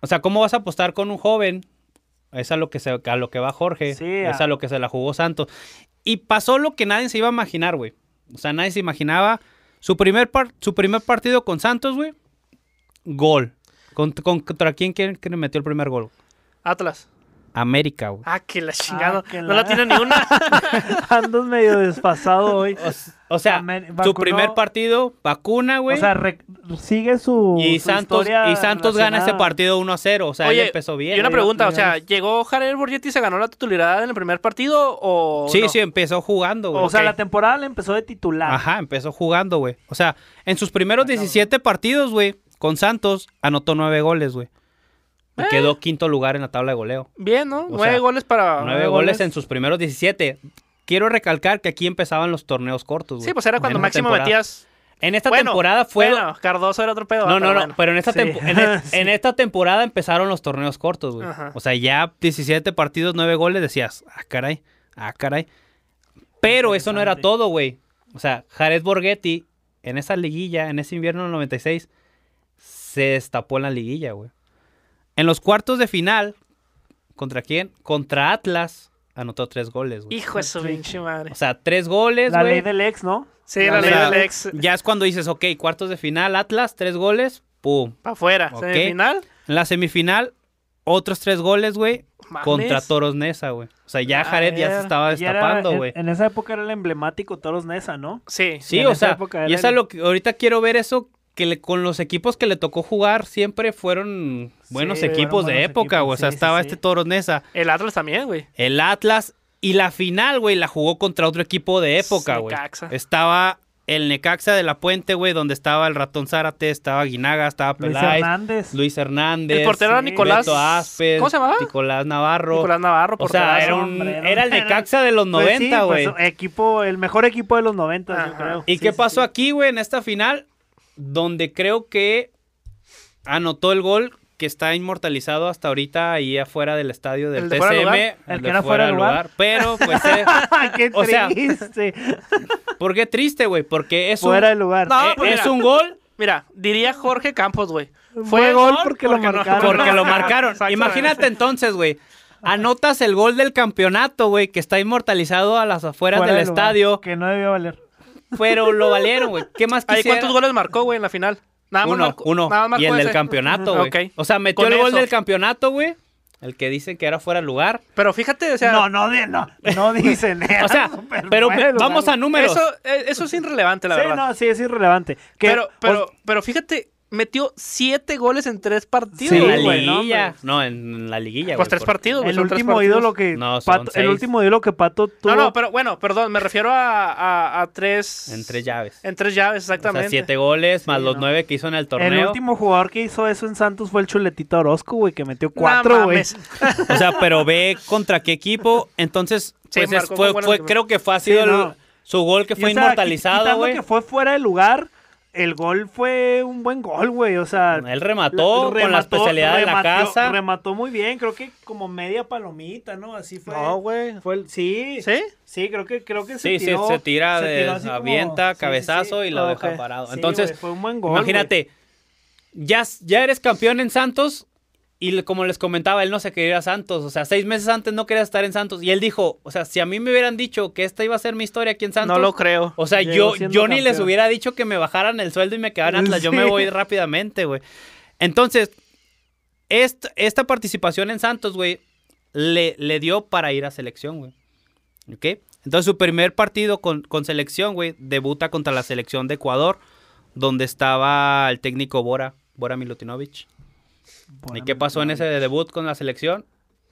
B: O sea, ¿cómo vas a apostar con un joven? Es a lo que, se, a lo que va Jorge,
C: Sí,
B: es
C: a-
B: a lo que se la jugó Santos. Y pasó lo que nadie se iba a imaginar, güey. O sea, nadie se imaginaba. Su primer, par- su primer partido con Santos, güey, gol. ¿Con- con- ¿Contra quién quién que metió el primer gol?
D: Atlas.
B: América, güey.
D: Ah, que la chingada.
C: que
D: no
C: la-
D: la tiene ni una.
C: Andas medio desfasado hoy.
B: O, s- o sea,
C: Amer-
B: su
C: vacunó-
B: primer partido, vacuna, güey.
C: O sea, re- sigue su.
B: y
C: su
B: Santos,
C: historia
B: y Santos gana ese
C: relacionada.
B: partido 1 0. O sea, él
D: Oye,
B: empezó bien.
D: y una
C: le-
D: pregunta,
C: le
D: o sea,
C: ganas.
D: ¿llegó Jared Borgetti y se ganó la titularidad en el primer partido o
B: Sí,
D: no?
B: sí, empezó jugando, güey.
C: O sea,
D: Ok.
C: la temporada la empezó de titular.
B: Ajá, empezó jugando, güey. O sea, en sus primeros 17 partidos, güey, con Santos, anotó nueve goles, güey.
D: Eh.
B: Y quedó quinto lugar en la tabla de goleo.
D: Bien, ¿no?
B: O
D: Ah, Nueve
B: sea,
D: goles para...
B: Nueve goles. en sus primeros 17. Quiero recalcar que aquí empezaban los torneos cortos, güey.
D: Sí, pues era cuando
B: En esta
D: máximo
B: temporada-
D: metías...
B: En esta
D: Bueno,
B: temporada fue...
D: Bueno, Cardoso era otro pedo.
B: No,
D: pero
B: no, no,
D: bueno.
B: pero en esta,
C: Sí.
B: tempo- en, e- en esta temporada empezaron los torneos cortos, güey.
D: Ajá.
B: O sea, ya 17 partidos, 9 goles, decías, ah, caray, ah, caray. Pero eso no era
C: Interesante.
B: todo, güey. O sea, Jared Borghetti, en esa liguilla, en ese invierno del 96, se destapó en la liguilla, güey. En los cuartos de final, ¿contra quién? Contra Atlas, anotó 3 goles, güey.
D: Hijo de su pinche madre.
B: O sea, 3 goles,
C: La ley
B: güey.
C: del ex, ¿no?
D: Sí, la
B: O
D: ley
B: sea,
D: del ex.
B: Ya es cuando dices, ok, cuartos de final, Atlas, 3 goles, pum.
D: Para afuera.
B: Ok.
D: Semifinal.
B: En la semifinal, otros tres goles, güey,
D: Mames.
B: contra Toros Neza, güey. O sea, ya
D: A
B: Jared ya
D: ver,
B: se estaba
C: Y Ah, era-
B: destapando,
C: en-
B: güey.
C: En, esa época era el emblemático Toros Nesa, ¿no?
D: Sí.
B: Sí,
C: en
B: o
C: esa
B: sea,
C: época
B: y
C: era
B: eso es
C: el-
B: lo que ahorita quiero ver eso que le- con los equipos que le tocó jugar siempre fueron buenos
C: Sí, fueron
B: equipos de
C: buenos
B: época,
C: equipos,
B: güey. O sea,
C: sí, sí,
B: estaba
C: sí.
B: este Toros Neza,
D: El Atlas también, güey.
B: el Atlas y la final, güey, la jugó contra otro equipo de época, güey.
D: Necaxa.
B: Estaba el Necaxa de la Puente, güey, donde estaba el Ratón Zárate, estaba Guinaga, estaba
C: Luis
B: Peláez,
C: Hernández.
B: Pues Luis Hernández.
D: El portero era
C: sí.
D: Nicolás.
B: Beto Asper,
D: ¿Cómo se llamaba?
B: Nicolás Navarro.
D: Nicolás Navarro,
B: O sea,
D: porterazo.
B: era, un,
C: hombre, era-
B: era el Necaxa de los
C: Pues
B: 90,
C: sí,
B: güey.
C: pues, equipo, el mejor equipo de los 90, yo
D: Ajá.
C: creo.
B: ¿Y
C: Sí,
B: qué
C: sí,
B: pasó
C: sí.
B: aquí, güey, en esta final? Donde creo que anotó el gol que está inmortalizado hasta ahorita ahí afuera del estadio del
D: ¿El de fuera de
B: TCM.
D: lugar?
B: el
C: ¿El que
B: de
C: era fuera de lugar?
B: Pero, pues, eh,
C: ¡Qué
B: O sea,
C: triste!
B: ¿por qué triste, güey? Porque es, un,
C: Fuera de lugar.
D: No,
B: eh,
D: pues,
B: es
D: mira.
B: un gol
D: Mira, diría Jorge Campos, güey. Fue,
C: Fue gol porque lo
D: no-
C: marcaron.
B: porque lo marcaron.
D: Exacto,
B: Imagínate entonces, güey. Anotas el gol del campeonato, güey, que está inmortalizado a las afueras
C: Fuera
B: del
C: de lugar,
B: estadio,
C: Que no debió valer.
B: pero lo valieron, güey. ¿Qué más
D: Ahí
B: quisiera?
D: cuántos goles marcó, güey, en la final.
C: Ah,
D: Nada más
B: uno,
D: marcó,
B: uno.
D: nada más
B: y el
D: marcó
B: del
D: ese.
B: campeonato, güey.
D: Ok.
B: O sea, metió
D: Con
B: el gol
D: eso.
B: del campeonato, güey. El que dicen que era fuera de lugar.
D: Pero fíjate, o sea,
C: no, no, di- no, no dicen.
B: O sea, pero vamos a números.
D: Eso, eh, eso es irrelevante, la
C: sí,
D: verdad.
C: no, sí, es irrelevante. Que-
D: pero,
C: o-
D: pero, pero fíjate metió siete goles en tres partidos.
C: Sí,
B: en la
C: güey, no,
B: liguilla.
C: hombre.
B: No, en la liguilla.
D: Pues
B: güey,
D: tres
B: por-
D: partidos, güey,
C: El
D: son tres
C: último
D: partidos.
C: ídolo que
B: No, son
C: Pato, el
B: seis.
C: último ídolo que Pato tuvo.
D: No, no, pero bueno, perdón, me refiero a, a- a tres.
B: En tres llaves.
D: En tres llaves,
B: O sea,
D: exactamente.
B: siete goles más
C: Sí,
B: los
C: no.
B: nueve que hizo en el
C: el
B: torneo.
C: último jugador que hizo eso en Santos fue el Chuletito Orozco, güey, que metió
D: No
C: cuatro, güey.
D: mames.
B: O sea, pero ve contra qué equipo. Entonces,
D: Sí,
B: pues, es-
D: marcó
B: fue,
D: con buenos
B: fue-
D: equipos.
B: creo que fue ha
C: Sí,
B: sido el-
C: no.
B: su gol que
C: Y,
B: fue
C: o sea, qui-
B: inmortalizado,
C: quitando
B: güey.
C: que fue fuera de lugar, el gol fue un buen gol, güey. O sea,
B: Él remató,
C: la-
B: con la
C: remató-
B: especialidad de la
C: remató-
B: casa.
C: Remató muy bien, creo que como media palomita, ¿no? Así fue.
D: No, güey.
C: Fue el- sí, sí,
D: ¿Sí?
C: creo que creo que se
B: Sí, sí,
C: tiró,
B: se tira, de,
C: tiró así como-
B: avienta,
C: sí, sí,
B: cabezazo
C: sí.
B: y la
D: Ah,
B: deja
D: ok.
B: parado.
C: Sí,
B: Entonces,
C: güey, fue un buen gol. güey.
B: imagínate, ya, ya eres campeón en Santos y le- como les comentaba, él no se quería ir a Santos. O sea, seis meses antes no quería estar en Santos. Y él dijo, o sea, si a mí me hubieran dicho que esta iba a ser mi historia aquí en Santos.
D: No lo creo.
B: O sea,
C: Llegó
B: yo,
C: siendo
B: yo ni les
C: campeón.
B: hubiera dicho que me bajaran el sueldo y me quedaran Atlas. Yo me
C: Sí.
B: voy rápidamente, güey. Entonces, est- esta participación en Santos, güey, le, le dio para ir a selección, güey. ¿Ok? Entonces, su primer partido con, con selección, güey, debuta contra la selección de Ecuador, donde estaba el técnico Bora, Bora Milutinovich. ¿Y
C: Bueno,
B: qué pasó en ese debut con la selección?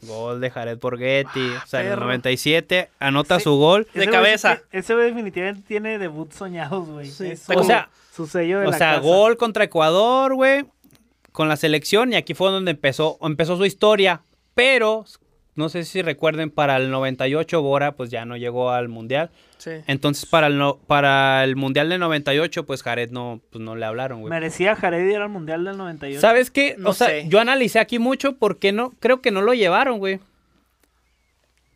B: Gol de Jared Borghetti. o sea, en el
D: perro.
B: 97 anota
C: Ah, Sí.
B: su gol.
D: De
C: Ese güey
D: cabeza.
C: sí que- Ese güey definitivamente tiene debut soñados, güey.
D: Sí.
C: Es
D: O
C: su-
B: sea,
C: su sello de
B: O
C: la
B: sea,
C: casa.
B: gol contra Ecuador, güey, con la selección y aquí fue donde empezó, empezó su historia, pero no sé si recuerden para el 98 Bora pues ya no llegó al mundial.
D: Sí.
B: Entonces para el no- para el mundial del 98 pues Jared no pues no le hablaron, güey.
C: Merecía Jared ir al Mundial del 98.
B: ¿Sabes qué?
D: No
B: o sea,
D: sé.
B: yo analicé aquí mucho porque no creo que no lo llevaron, güey.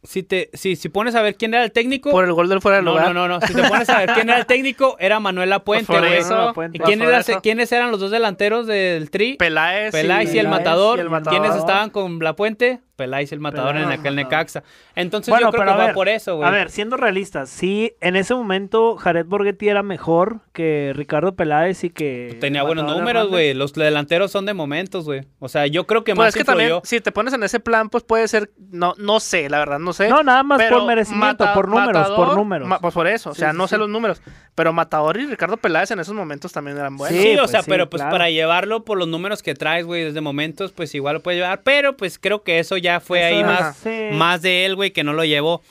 B: Si te si si pones a ver quién era el técnico
D: Por el gol del fuera de
B: no,
D: lugar.
B: no, no, no. Si te pones a ver quién era el técnico, era Manuel Lapuente,
D: por
B: güey.
D: eso.
C: No, no,
B: ¿Y
C: Puente.
D: por
B: quién era-
D: eso.
B: quiénes eran los dos delanteros del Tri?
D: Peláez,
B: Peláez y el
C: Peláez
B: matador.
D: y el matador.
B: ¿Quiénes estaban con La Puente? Peláez y el matador
C: Peláez y
B: en
C: el
B: aquel
C: matador.
B: Necaxa. Entonces
C: Bueno,
B: yo creo
C: pero
B: que
C: a
B: va
C: ver,
B: por eso, güey.
C: A ver, siendo realistas, sí, en ese momento Jared Borghetti era mejor que Ricardo Peláez y que...
B: Pues Tenía
C: Matador
B: buenos números,
C: Hernández.
B: güey. Los delanteros son de momentos, güey. O sea, yo creo que
D: Pues
B: más
D: es que también,
B: influyó.
D: si te pones en ese plan, pues puede ser, no, no sé, la verdad, no sé.
C: No, nada más
D: Pero
C: por merecimiento,
D: Mata-
C: por números, por
D: Matador,
C: números.
D: ma- pues por eso, o
C: Sí,
D: sea,
C: sí,
D: no sé
C: sí.
D: los números. Pero Matador y Ricardo Peláez en esos momentos también eran buenos.
B: sí, o
C: pues
B: sea,
C: sí,
B: pero pues
C: claro.
B: para llevarlo por los números que traes, güey, desde momentos, pues igual lo puede llevar. Pero pues creo que eso ya fue
C: Eso,
B: ahí
C: ajá.
B: más,
C: Sí.
B: más de él, güey, que no lo llevó.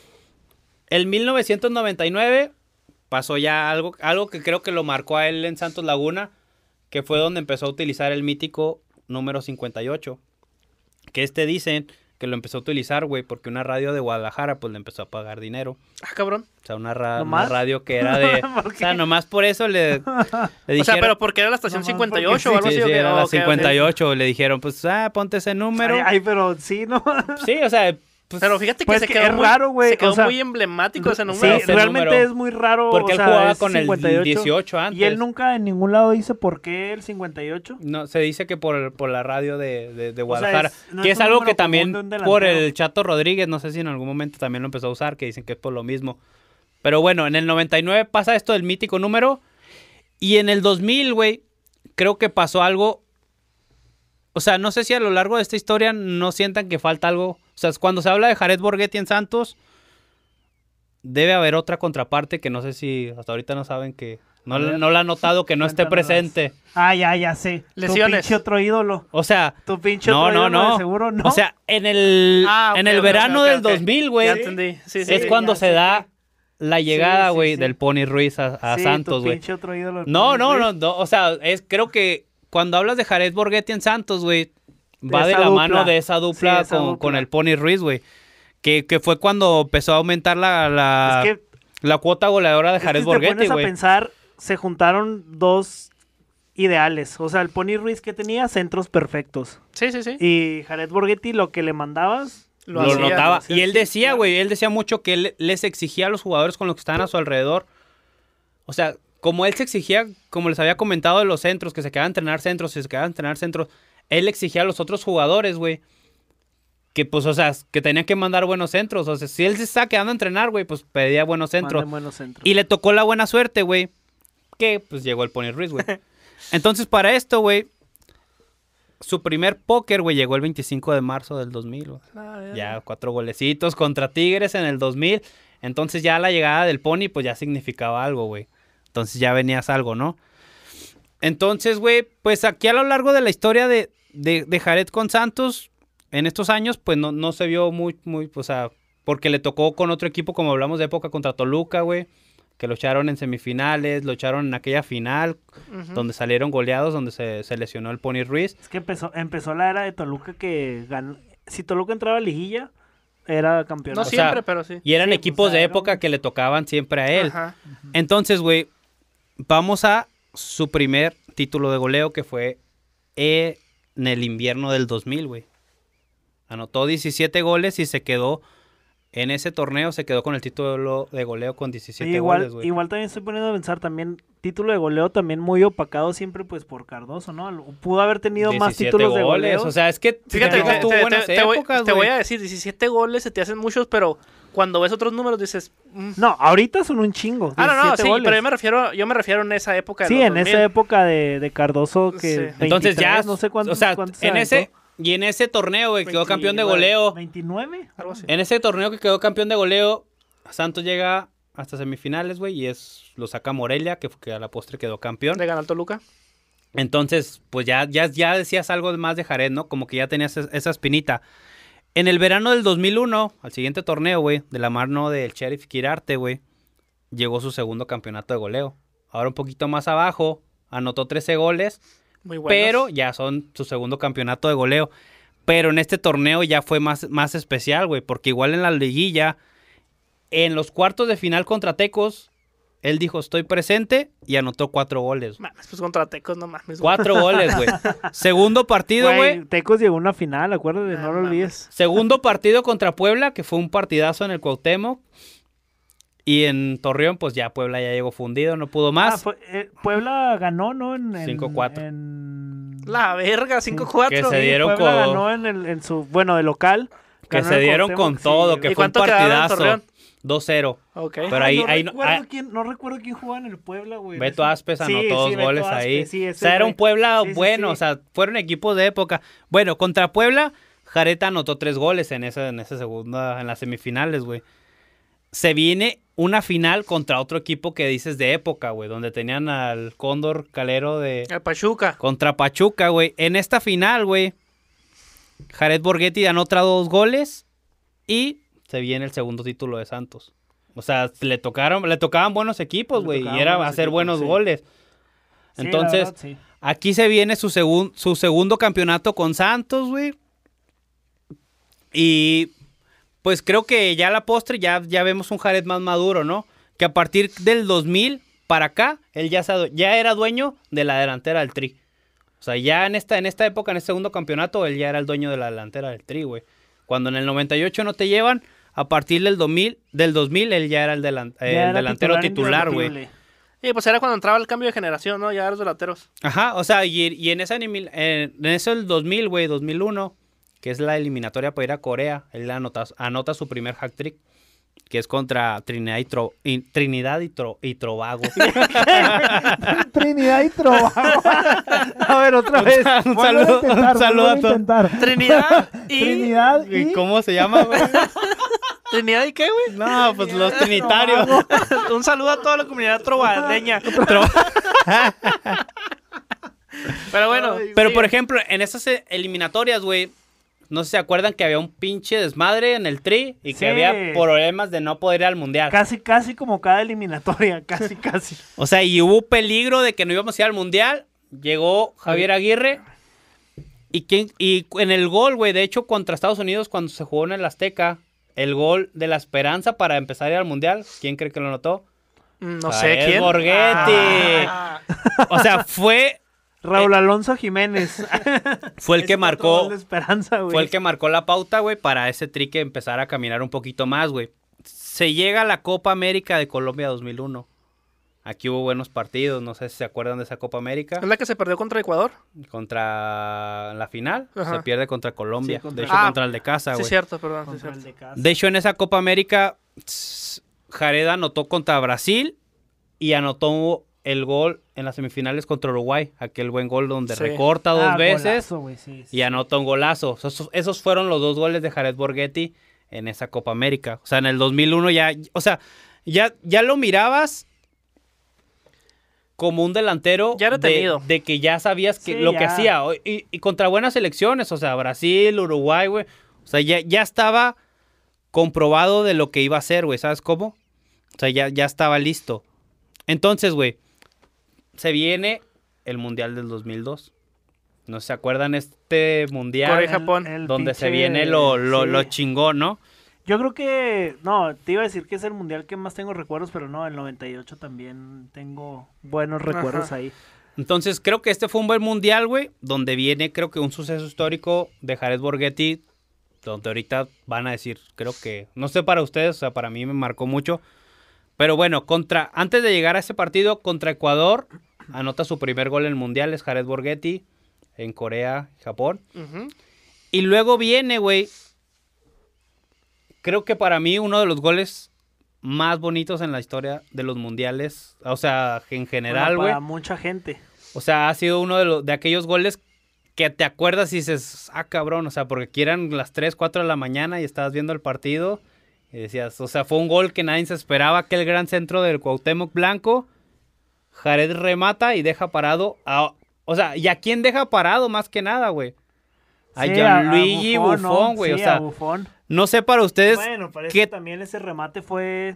B: El 1999 pasó ya algo, algo que creo que lo marcó a él en Santos Laguna, que fue donde empezó a utilizar el mítico número 58. Que este dicen que lo empezó a utilizar, güey, porque una radio de Guadalajara pues le empezó a pagar dinero.
D: Ah, cabrón.
B: O sea, una, ra- una
C: ¿Nomás?
B: radio que era de...
C: ¿Por
B: o sea,
C: qué?
B: nomás por eso le, le
D: O sea,
B: dijeron-
D: pero porque era la estación
C: Nomás
D: 58
C: porque
D: o algo
B: Sí,
D: así.
B: sí,
D: o qué?
B: era
D: Ah,
B: la
D: ok, ok.
B: 58. Le dijeron, pues, ah, ponte ese número.
C: Ay, ay, pero sí, ¿no?
B: Sí, o sea, pues,
D: Pero fíjate que
C: Pues
D: se
C: que
D: quedó,
C: es
D: muy,
C: raro, güey,
D: se quedó
C: o sea,
D: muy emblemático ese número.
C: Sí,
B: Ese
C: realmente
B: número.
C: es muy raro.
B: porque
C: o
B: él
C: sea,
B: jugaba
C: es
B: con
C: 58,
B: el 18 antes.
C: Y él nunca en ningún lado dice por qué el 58.
B: No, se dice que por, por la radio de, de- de
C: O sea,
B: Guadalajara.
C: es- no
B: que
C: es
B: es,
C: un
B: algo
C: número
B: que
C: común
B: también
C: de un delantero.
B: por el Chato Rodríguez, no sé si en algún momento también lo empezó a usar, que dicen que es por lo mismo. Pero bueno, en el 99 pasa esto del mítico número. Y en el 2000, güey, creo que pasó algo. O sea, no sé si a lo largo de esta historia no sientan que falta algo. O sea, cuando se habla de Jared Borghetti en Santos, debe haber otra contraparte que no sé si hasta ahorita no saben que. No,
C: A ver.
B: no la han notado que no esté
C: Cuéntanos.
B: presente.
C: Ah, ya, ya sé.
D: Lesiones.
C: Tu pinche otro ídolo.
B: O sea,
C: Tu pinche
B: No,
C: otro
B: no,
C: ídolo de
B: no.
C: seguro, ¿no?
B: O sea, en el,
D: Ah,
B: en
D: ok,
B: el
D: ok,
B: verano
D: ok,
B: del
D: ok.
B: 2000, güey,
D: Ya entendí. Sí, sí,
B: es
D: sí.
B: cuando
C: ya
B: se
C: sé
B: da la llegada,
C: sí,
B: güey,
C: sí.
B: del Pony Ruiz a, a
C: Sí,
B: Santos,
C: tu
B: güey.
C: pinche otro ídolo.
B: No, no,
C: Luis.
B: no, no, o sea, es creo que cuando hablas de Jared Borghetti en Santos, güey, va de,
C: esa
B: la
C: dupla.
B: mano de esa dupla,
C: Sí, esa
B: con,
C: dupla.
B: con el Pony Ruiz, güey. Que, que fue cuando empezó a aumentar la, la,
C: Es que
B: la cuota goleadora de
C: Es que
B: Jared
C: si te
B: Borghetti,
C: pones a
B: güey.
C: pensar, se juntaron dos ideales. O sea, el Pony Ruiz que tenía centros perfectos.
D: Sí, sí, sí.
C: Y Jared Borghetti, lo que le mandabas.
B: Lo,
D: hacía,
B: notaba.
C: hacía,
B: y él
C: sí,
B: decía,
C: claro.
B: güey, él decía mucho que él les exigía a los jugadores con los que estaban a su alrededor. O sea, como él se exigía, como les había comentado de los centros, que se quedaban a entrenar centros, que se quedaban a entrenar centros, él exigía a los otros jugadores, güey. Que pues, o sea, que tenían que mandar buenos centros. O sea, si él se estaba quedando a entrenar, güey, pues pedía buenos centros.
C: manden buenos centros.
B: Y le tocó la buena suerte, güey. Que pues llegó el Pony Ruiz, güey. Entonces, para esto, güey, su primer póker, güey, llegó el 25 de marzo del 2000, güey. Ya cuatro golecitos contra Tigres en el 2000. Entonces ya la llegada del Pony pues ya significaba algo, güey. Entonces ya venías algo, ¿no? Entonces, güey, pues aquí a lo largo de la historia de, de, de Jared con Santos, en estos años, pues no, no se vio muy, muy, o sea, porque le tocó con otro equipo, como hablamos de época, contra Toluca, güey, que lo echaron en semifinales, lo echaron en aquella final,
D: Ujú.
B: donde salieron goleados, donde se, se lesionó el Pony Ruiz.
C: Es que empezó, empezó la era de Toluca que ganó. Si Toluca entraba a liguilla, era campeón.
D: No
B: sea,
D: siempre, pero sí.
B: Y eran
C: Sí, pues,
B: equipos de
C: era
B: época
C: un-
B: que le tocaban siempre a él.
D: Ajá.
B: Entonces, güey, vamos a su primer título de goleo que fue en el invierno del 2000, güey. Anotó 17 goles y se quedó en ese torneo, se quedó con el título de goleo con 17
C: igual,
B: goles, güey.
C: igual también estoy poniendo a pensar también título de goleo también muy opacado siempre pues por Cardoso, ¿no? Al- Pudo haber tenido más
B: 17
C: títulos de goleo.
B: O sea, es que
D: Fíjate,
B: Toluca
D: te,
B: tuvo
D: te-
B: buenas
D: te- te voy,
B: épocas,
D: te voy
B: güey.
D: a decir, 17 goles se te hacen muchos, pero cuando ves otros números dices... mm.
C: No, ahorita son un chingo.
D: Ah, no, no,
C: 17
D: sí,
C: goles.
D: pero yo me refiero, yo me refiero en esa época. de
C: Sí,
D: los
C: en
D: 2000.
C: esa época de, de Cardoso que
D: Sí.
B: Entonces ya,
C: 23, no sé cuántos,
B: o sea,
C: cuántos
B: en
C: aventó.
B: ese y en ese torneo, güey, quedó campeón de
D: 29.
B: goleo.
C: 29,
D: Algo así.
B: Este. En ese torneo que quedó campeón de goleo, Santos llega hasta semifinales, güey, y es lo saca Morelia, que, que a la postre quedó campeón.
D: Le ganó al Toluca.
B: Entonces, pues ya, ya, ya decías algo más de Jared, ¿no? Como que ya tenías es- esa espinita. En el verano del 2001, al siguiente torneo, güey, de la mano del Sheriff Kirarte, güey, llegó su segundo campeonato de goleo. Ahora un poquito más abajo, anotó 13 goles,
D: Muy bueno.
B: pero ya son su segundo campeonato de goleo. Pero en este torneo ya fue más, más especial, güey, porque igual en la liguilla, en los cuartos de final contra Tecos, él dijo estoy presente y anotó cuatro goles.
D: Mames, pues contra Tecos, no mames. güey.
B: Cuatro goles, güey. Segundo partido,
C: güey,
B: güey.
C: Tecos llegó a una final, acuérdate,
D: Ah,
C: no lo
D: mames.
C: olvides.
B: Segundo partido contra Puebla, que fue un partidazo en el Cuauhtémoc. Y en Torreón, pues ya Puebla ya llegó fundido, no pudo
C: Ah,
B: más.
C: fue- eh, Puebla ganó, ¿no? En, en-
B: 5-4.
C: en-
D: La verga, 5-4.
B: Que se
D: güey.
B: dieron
C: Puebla
B: con-
C: ganó en, el, en su, bueno, de local.
B: que
C: ganó
B: se
C: el
B: dieron con
C: Cuauhtémoc, sí,
B: todo,
C: güey.
B: que
D: ¿Y
B: fue un
D: cuánto quedaron en
B: partidazo.
D: Torreón?
B: 2-0.
D: Ok.
B: Pero ahí-
C: no,
B: ahí no-
C: recuerdo
B: ah.
C: quién, no recuerdo quién jugaba en el Puebla, güey.
B: Beto Aspes
C: Sí,
B: anotó
C: sí,
B: dos
C: Beto
B: goles
C: Aspe,
B: ahí.
C: sí,
B: o
C: ese
B: sea, era
C: güey.
B: un Puebla
C: Sí, sí,
B: bueno,
C: sí.
B: o sea, fueron equipos de época. Bueno, contra Puebla, Jareta anotó tres goles en esa, en esa segunda, en las semifinales, güey. Se viene una final contra otro equipo que dices de época, güey, donde tenían al Cóndor Calero de
D: El Pachuca.
B: contra Pachuca, güey. En esta final, güey, Jared Borghetti anota dos goles y se viene el segundo título de Santos. O sea, le tocaron, le tocaban buenos equipos,
C: Le
B: güey, y
C: tocaban
B: era
C: buenos
B: hacer
C: equipos,
B: buenos
C: sí.
B: goles.
C: Sí, la
B: Entonces,
C: verdad, sí.
B: aquí se viene su, segun- su segundo campeonato con Santos, güey. Y pues creo que ya a la postre ya, ya vemos un Jared más maduro, ¿no? Que a partir del 2000 para acá, él ya, se adue- ya era dueño de la delantera del Tri. O sea, ya en esta, en esta época, en este segundo campeonato, él ya era el dueño de la delantera del Tri, güey. Cuando en el 98 no te llevan, a partir del 2000, del 2000 él ya era el, delan-
C: Ya
B: el
C: era
B: eh, delantero titular, güey.
C: indiscutible.
D: Y pues era cuando entraba el cambio de generación, ¿no? Ya los delanteros.
B: Ajá, o sea, y, y en esa elimina- en, en eso el 2000, güey, 2001, que es la eliminatoria para ir a Corea, él anota, anota su primer hack trick, que es contra Trinidad y, Tro- y- Trinidad y, Tro- y Tobago.
E: Trinidad y Tobago. a ver, otra
B: Un
E: vez.
B: sa- un
E: Vuelvo a
B: saludo-
E: intentar,
B: un saludo
E: vuelvo
B: a todos.
E: intentar.
D: Trinidad y.
E: Trinidad y...
B: ¿Y ¿Cómo se llama, güey?
D: ¿Trinidad y qué, güey?
B: No, pues los trinitarios.
D: Un saludo a toda la comunidad trobadeña. Pero bueno.
B: Pero,
D: sí,
B: por ejemplo, en esas eh, eliminatorias, güey, no sé si se acuerdan que había un pinche desmadre en el tri y que
C: Sí.
B: había problemas de no poder ir al mundial.
C: Casi, casi como cada eliminatoria, casi, casi.
B: O sea, y hubo peligro de que no íbamos a ir al mundial. Llegó Javier Aguirre. Y, quién- y en el gol, güey, de hecho, contra Estados Unidos, cuando se jugó en el Azteca, el gol de la esperanza para empezar a ir al mundial, ¿quién cree que lo notó?
D: Mm, No
B: Jared
D: sé quién.
B: Borghetti.
D: Ah.
B: O sea, fue,
C: Raúl Alonso Jiménez.
B: Eh. fue el que
C: Ese otro gol
B: marcó.
C: de esperanza, güey.
B: Fue el que marcó la pauta, güey, para ese tri que empezara a caminar un poquito más, güey. Se llega a la Copa América de Colombia 2001. Aquí hubo buenos partidos, no sé si se acuerdan de esa Copa América.
D: ¿Es la que se perdió contra Ecuador?
B: contra la final,
D: Ajá.
B: se pierde contra Colombia,
C: Sí, contra-
B: de hecho
D: Ah,
B: contra el de casa,
D: sí,
B: güey.
D: cierto, perdón. Sí,
C: Contra el
D: cierto.
C: de casa.
B: de hecho en esa Copa América tss, Jared anotó contra Brasil y anotó el gol en las semifinales contra Uruguay, aquel buen gol donde
D: Sí.
B: recorta dos
C: Ah,
B: veces
C: golazo, güey, sí, sí.
B: y anota un golazo. Esos, esos fueron los dos goles de Jared Borghetti en esa Copa América. O sea, en el 2001 ya, o sea, ya, ya lo mirabas como un delantero
D: Ya era
B: de,
D: tenido.
B: de que ya sabías que
C: Sí,
B: lo que
C: ya.
B: hacía. O- Y, y contra buenas selecciones, o sea, Brasil, Uruguay, güey. O sea, ya, ya estaba comprobado de lo que iba a hacer, güey. ¿Sabes cómo? O sea, ya, ya estaba listo. Entonces, güey, se viene el Mundial del 2002. ¿No se acuerdan este Mundial?
D: Corea, Japón,
B: donde se
C: pinche-
B: viene lo, lo,
C: sí.
B: lo chingón, ¿no?
C: Yo creo que, no, te iba a decir que es el mundial que más tengo recuerdos, pero no, el 98 también tengo buenos recuerdos
D: Ajá.
C: ahí.
B: Entonces, creo que este fue un buen mundial, güey, donde viene, creo que un suceso histórico de Jared Borghetti, donde ahorita van a decir, creo que, no sé para ustedes, o sea, para mí me marcó mucho. Pero bueno, contra, antes de llegar a ese partido, contra Ecuador, anota su primer gol en el mundial, es Jared Borghetti, en Corea, Japón.
D: Ujú.
B: Y luego viene, güey, creo que para mí uno de los goles más bonitos en la historia de los mundiales, o sea, en general,
C: Bueno,
B: güey.
C: para mucha gente.
B: O sea, ha sido uno de, los, de aquellos goles que te acuerdas y dices, ah, cabrón, o sea, porque que eran las 3, 4 de la mañana y estabas viendo el partido y decías, o sea, fue un gol que nadie se esperaba, aquel gran centro del Cuauhtémoc Blanco, Jared remata y deja parado a... O sea, ¿y a quién deja parado más que nada, güey? A
C: Sí,
B: Gianluigi
C: a
B: Buffon,
C: ¿no?
B: güey.
C: Sí,
B: o
C: a
B: sea,
C: Buffon.
B: no sé para ustedes
C: bueno, parece
B: qué-
C: que también ese remate fue...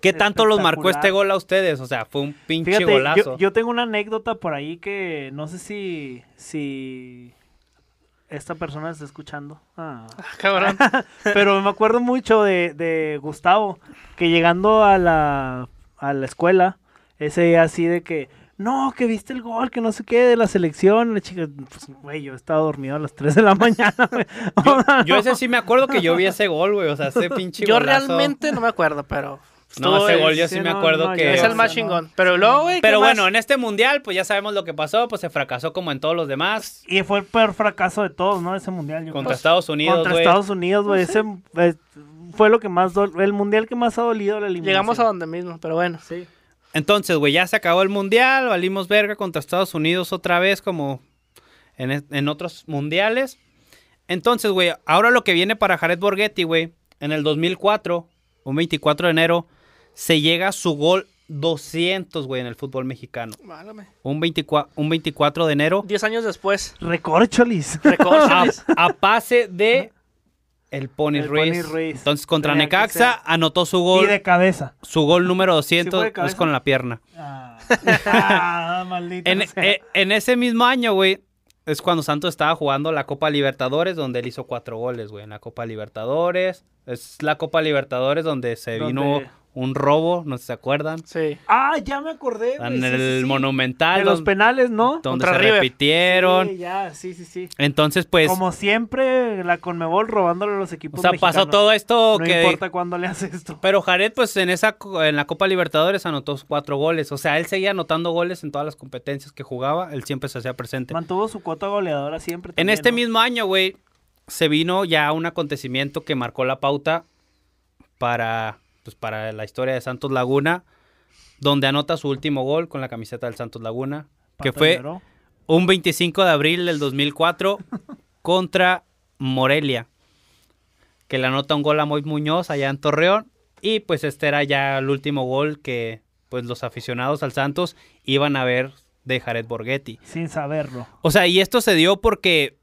B: qué tanto los marcó
C: espectacular.
B: este gol a ustedes. O sea, fue un pinche
C: Fíjate, yo-
B: golazo.
C: yo, tengo una anécdota por ahí que no sé si, si esta persona está escuchando. Ah.
D: Ah, Cabrón.
C: Pero me acuerdo mucho de, de Gustavo, que llegando a la, a la escuela, ese día así de que, no, que viste el gol, que no sé qué, de la selección. La chica, pues, güey, yo estaba dormido a las 3 de la mañana. güey.
B: Yo, yo ese sí me acuerdo que yo vi ese gol, güey. O sea, ese pinche
D: Yo
B: golazo.
D: realmente no me acuerdo, pero.
B: No,
D: estuvo-
B: ese gol yo
C: sí,
B: sí me
C: no,
B: acuerdo
C: no, yo-
B: que...
D: Es el más
C: no.
D: chingón. Pero luego, güey. ¿qué
B: Pero
D: más?
B: bueno, en este mundial, pues ya sabemos lo que pasó, pues se fracasó como en todos los demás.
C: Y fue el peor fracaso de todos, ¿no? Ese mundial. yo
B: Contra
C: creo.
B: Estados Unidos,
C: Pues, Contra
B: güey.
C: Estados Unidos, güey. Ese eh, fue lo que más, dol- el mundial que más ha dolido la eliminación.
D: Llegamos a donde mismo, pero bueno.
C: Sí.
B: Entonces, güey, ya se acabó el mundial, valimos verga contra Estados Unidos otra vez, como en, es- en otros mundiales. Entonces, güey, ahora lo que viene para Jared Borghetti, güey, en el 2004, un 24 de enero, se llega a su gol 200, güey, en el fútbol mexicano.
D: Válgame.
B: Un 24, un 24 de enero,
D: Diez años después.
C: Recorcholis.
B: Ah. a,
D: Recorcholis.
B: a pase de el Pony,
C: El
B: Ruiz.
C: Pony Ruiz.
B: Entonces contra
C: Tenía que
B: Necaxa
C: ser.
B: anotó su
C: Y
B: gol,
C: de cabeza.
B: su gol número 200
C: ¿Sí fue de
B: es
C: cabeza?
B: con la pierna.
C: Ah, ah, maldita
B: En,
C: sea.
B: eh, en ese mismo año, güey, es cuando Santos estaba jugando la Copa Libertadores, donde él hizo cuatro goles, güey. En la Copa Libertadores, es la Copa Libertadores donde se
C: Donde-
B: vino un robo, no sé si se acuerdan.
D: Sí.
C: Ah, ya me acordé. güey,
B: En
C: sí, sí,
B: el
C: sí.
B: Monumental,
C: De los
B: donde,
C: penales, ¿no?
B: donde
D: contra
B: se
D: River.
B: repitieron.
C: Sí, ya, sí, sí, sí.
B: Entonces, pues,
C: Como siempre, la Conmebol robándole a los
B: o
C: equipos
B: sea, pasó
C: mexicanos.
B: todo esto
C: No
B: que
C: importa cuándo le haces esto.
B: Pero Jared, pues en esa co- en la Copa Libertadores anotó cuatro goles. O sea, él seguía anotando goles en todas las competencias que jugaba. Él siempre se hacía presente.
C: Mantuvo su cuota goleadora siempre.
B: en
C: también,
B: este
C: ¿no?
B: mismo año, güey, se vino ya un acontecimiento que marcó la pauta para, pues, para la historia de Santos Laguna, donde anota su último gol con la camiseta del Santos Laguna, que
C: Pata
B: fue
C: lloró.
B: un 25 de abril del 2004 contra Morelia, que le anota un gol a Mois Muñoz allá en Torreón. Y pues este era ya el último gol que pues los aficionados al Santos iban a ver de Jared Borghetti.
C: Sin saberlo.
B: O sea, y esto se dio porque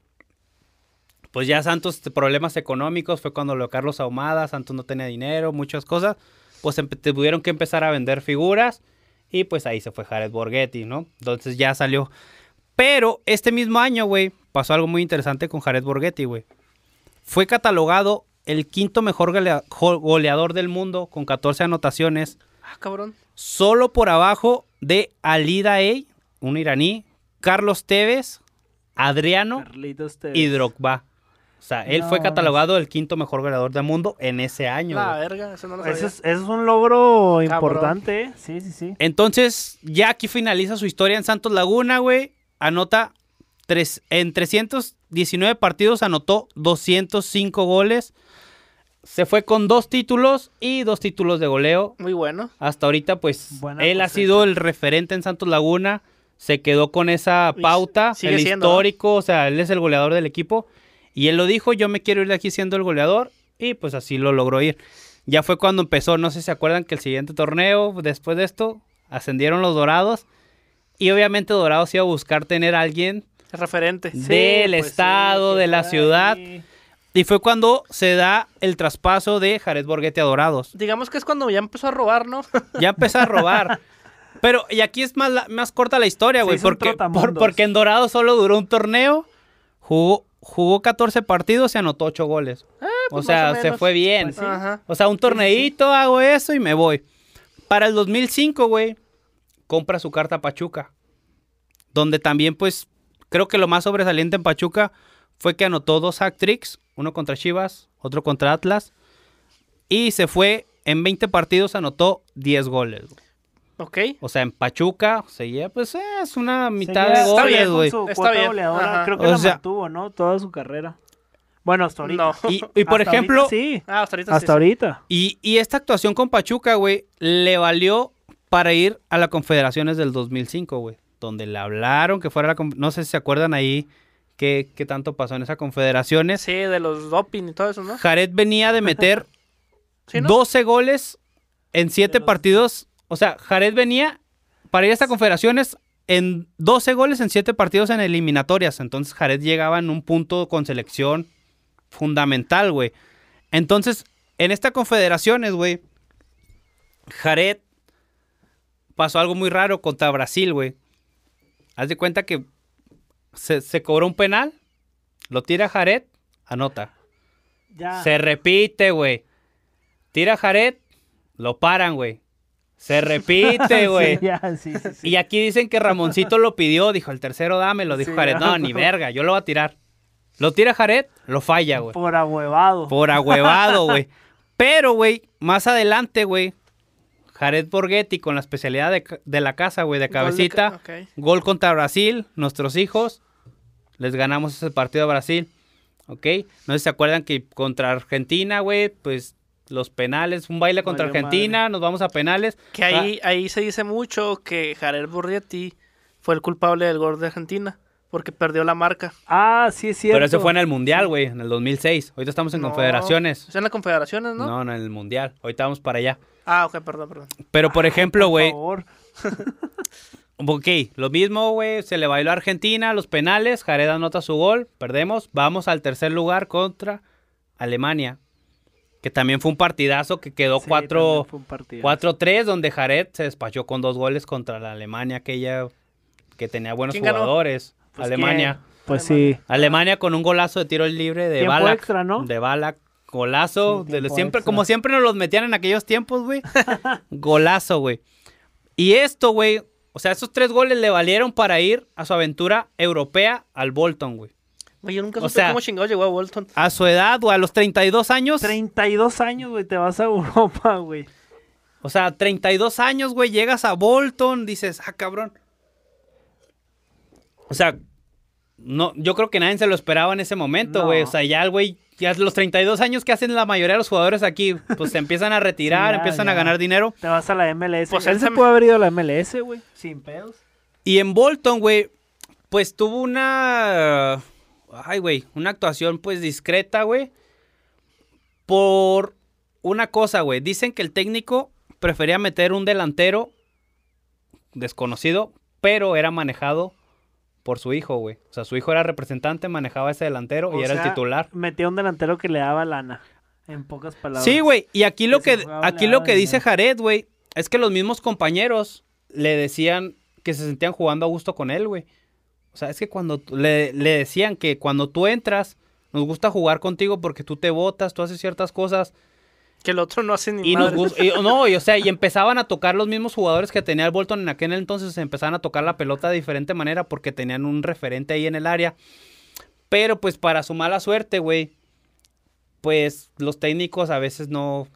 B: pues ya Santos problemas económicos, fue cuando lo de Carlos Ahumada, Santos no tenía dinero, muchas cosas, pues empe- tuvieron que empezar a vender figuras y pues ahí se fue Jared Borghetti, ¿no? Entonces ya salió. Pero este mismo año, güey, pasó algo muy interesante con Jared Borghetti, güey. Fue catalogado el quinto mejor golea- jo- goleador del mundo con 14 anotaciones
D: Ah, cabrón.
B: solo por abajo de Ali Daei, un iraní, Carlos Tevez, Adriano
C: Carlitos Tevez.
B: y Drogba. O sea, él fue
C: No.
B: catalogado el quinto mejor goleador del mundo en ese año.
D: La
B: güey.
D: verga, eso no lo sabía.
C: Eso Pues es, eso es un logro importante. ¿eh? Sí, sí, sí.
B: Entonces, ya aquí finaliza su historia en Santos Laguna, güey. Anota tres, en 319 partidos, anotó 205 goles. Se fue con dos títulos y dos títulos de goleo.
D: Muy bueno.
B: Hasta ahorita, pues,
C: Buena
B: él ha
C: cosecha.
B: sido el referente en Santos Laguna. Se quedó con esa
D: Y
B: pauta,
D: sigue
B: el
D: siendo,
B: histórico, o sea, él es el goleador del equipo. Y él lo dijo, yo me quiero ir de aquí siendo el goleador. Y pues así lo logró ir. Ya fue cuando empezó, no sé si se acuerdan que el siguiente torneo, después de esto, ascendieron los dorados. Y obviamente Dorados iba a buscar tener a alguien
D: Referente.
B: del
C: pues
B: estado, de la ciudad. Y fue cuando se da el traspaso de Jared Borghetti a Dorados.
D: Digamos que es cuando ya empezó a robar, ¿no?
B: Ya empezó a robar. Pero, y aquí es más, la- más corta la historia,
C: Se
B: güey.
C: hizo un
B: Porque, por-
C: trotamundos.
B: porque en Dorados solo duró un torneo, jugó, jugó 14 partidos y anotó 8 goles. o
D: pues,
B: sea,
D: más o
B: se
D: menos.
B: fue bien.
D: Pues, sí. Ajá.
B: O sea, un torneito, hago eso y me voy. Para el 2005, güey, compra su carta a Pachuca. Donde también, pues, creo que lo más sobresaliente en Pachuca fue que anotó dos hat-tricks. Uno contra Chivas, otro contra Atlas. Y se fue, en 20 partidos anotó 10 goles. güey.
D: Ok.
B: O sea, en Pachuca seguía, pues, eh, es una mitad
C: Seguía
B: de
D: Está
B: goles,
D: bien,
C: con
B: güey.
C: su
D: Está
C: cuota
D: bien,
C: goleadora,
D: ajá.
C: Creo que
B: O
C: la
B: sea-
C: mantuvo, ¿no? Toda su carrera. Bueno, hasta ahorita.
D: No.
B: Y, y, por
C: Hasta
B: ejemplo,
C: ahorita sí.
D: Ah, hasta ahorita sí,
C: Hasta
D: sí.
C: ahorita.
B: Y, y esta actuación con Pachuca, güey, le valió para ir a la Confederaciones del 2005, güey. Donde le hablaron que fuera la... conf- No sé si se acuerdan ahí qué, qué tanto pasó en esas confederaciones.
D: Sí, de los doping y todo eso, ¿no?
B: Jared venía de meter
D: Sí, ¿no?
B: 12 goles en 7
C: los-
B: partidos. O sea, Jared venía para ir a estas confederaciones en 12 goles en 7 partidos en eliminatorias. Entonces Jared llegaba en un punto con selección fundamental, güey. Entonces, en estas confederaciones, güey, Jared pasó algo muy raro contra Brasil, güey. Haz de cuenta que se, se cobró un penal, lo tira Jared, anota.
C: Ya.
B: Se repite, güey. Tira Jared, lo paran, güey. Se repite, güey.
C: Sí, ya, sí, sí, sí.
B: Y aquí dicen que Ramoncito lo pidió, dijo el tercero dámelo, dijo
C: Sí,
B: Jared.
C: ya,
B: No, ni
C: no.
B: verga, yo lo voy a tirar. Lo tira Jared, lo falla, güey.
C: Por ahuevado.
B: Por agüevado, güey. Pero, güey, más adelante, güey, Jared Borghetti con la especialidad de, ca- de la casa, güey, de cabecita.
D: Gol de ca- ok.
B: Gol contra Brasil, nuestros hijos. Les ganamos ese partido a Brasil. ¿Ok? No sé si se acuerdan que contra Argentina, güey, pues los penales, un baile contra
C: Valió
B: Argentina, nos vamos a penales. Ah,
D: Que ahí, ahí se dice mucho que Jared Borghetti fue el culpable del gol de Argentina porque perdió la marca.
C: Ah, sí, es cierto.
B: Pero eso fue en el Mundial, güey, en el 2006. Ahorita estamos en
D: No,
B: Confederaciones.
D: Es en las confederaciones, ¿no?
B: ¿no? no, en el Mundial. Ahorita vamos para allá.
D: Ah, ok, perdón, perdón.
B: Pero, por ejemplo,
C: Por
B: güey,
C: favor.
B: Ok, lo mismo, güey. Se le bailó a Argentina, los penales. Jared anota su gol. Perdemos. Vamos al tercer lugar contra Alemania. Que también fue un partidazo que quedó
C: Sí,
B: cuatro-
C: también fue un partido.
B: 4-3, donde Jared se despachó con dos goles contra la Alemania, aquella que tenía buenos
D: ¿Quién ganó?
B: jugadores.
C: Pues,
B: Alemania.
C: ¿quién? Pues sí.
B: Alemania con un golazo de tiro libre de
C: Tiempo
B: Balak.
C: extra, ¿no?
B: De Balak. Golazo.
C: Sí,
B: de los
C: tiempo
B: siempre,
C: extra.
B: Como siempre nos los metían en aquellos tiempos, güey. golazo, güey. Y esto, güey. O sea, esos tres goles le valieron para ir a su aventura europea al Bolton, güey.
D: Güey, yo nunca
B: O
D: supe
B: sea-
D: cómo chingado llegó a Bolton.
B: A su edad, o a los 32 años.
C: 32 años, güey, te vas a Europa, güey.
B: O sea, 32 años, güey, llegas a Bolton, dices, ah, cabrón. O sea, no, yo creo que nadie se lo esperaba en ese momento,
C: No.
B: güey. O sea, ya el güey, ya los 32 años que hacen la mayoría de los jugadores aquí, pues se empiezan a retirar,
C: ya,
B: empiezan a
C: ya.
B: ganar dinero.
C: Te vas a la MLS.
D: Pues
C: Pues
D: él
C: él se
D: tam-
C: puede haber ido a la MLS, güey. Sin pedos.
B: Y en Bolton, güey, pues tuvo una. Ay, güey, una actuación pues discreta, güey. Por una cosa, güey. Dicen que el técnico prefería meter un delantero desconocido, pero era manejado por su hijo, güey. O sea, su hijo era representante, manejaba ese delantero y
C: O
B: era el
C: sea,
B: titular.
C: Metía un delantero que le daba lana. En pocas palabras.
B: Sí, güey. Y aquí lo
C: que
B: que,
C: se jugaba
B: aquí
C: la
B: lo que
C: vaina.
B: dice Jared, güey, es que los mismos compañeros le decían que se sentían jugando a gusto con él, güey. O sea, es que cuando tú- le, le decían que cuando tú entras, nos gusta jugar contigo porque tú te botas, tú haces ciertas cosas.
D: Que el otro no hace ni
B: Y nos
D: madre.
B: gusta. y- no, y, o sea, y empezaban a tocar los mismos jugadores que tenía el Bolton en aquel entonces, empezaban a tocar la pelota de diferente manera porque tenían un referente ahí en el área. Pero pues para su mala suerte, güey, pues los técnicos a veces no,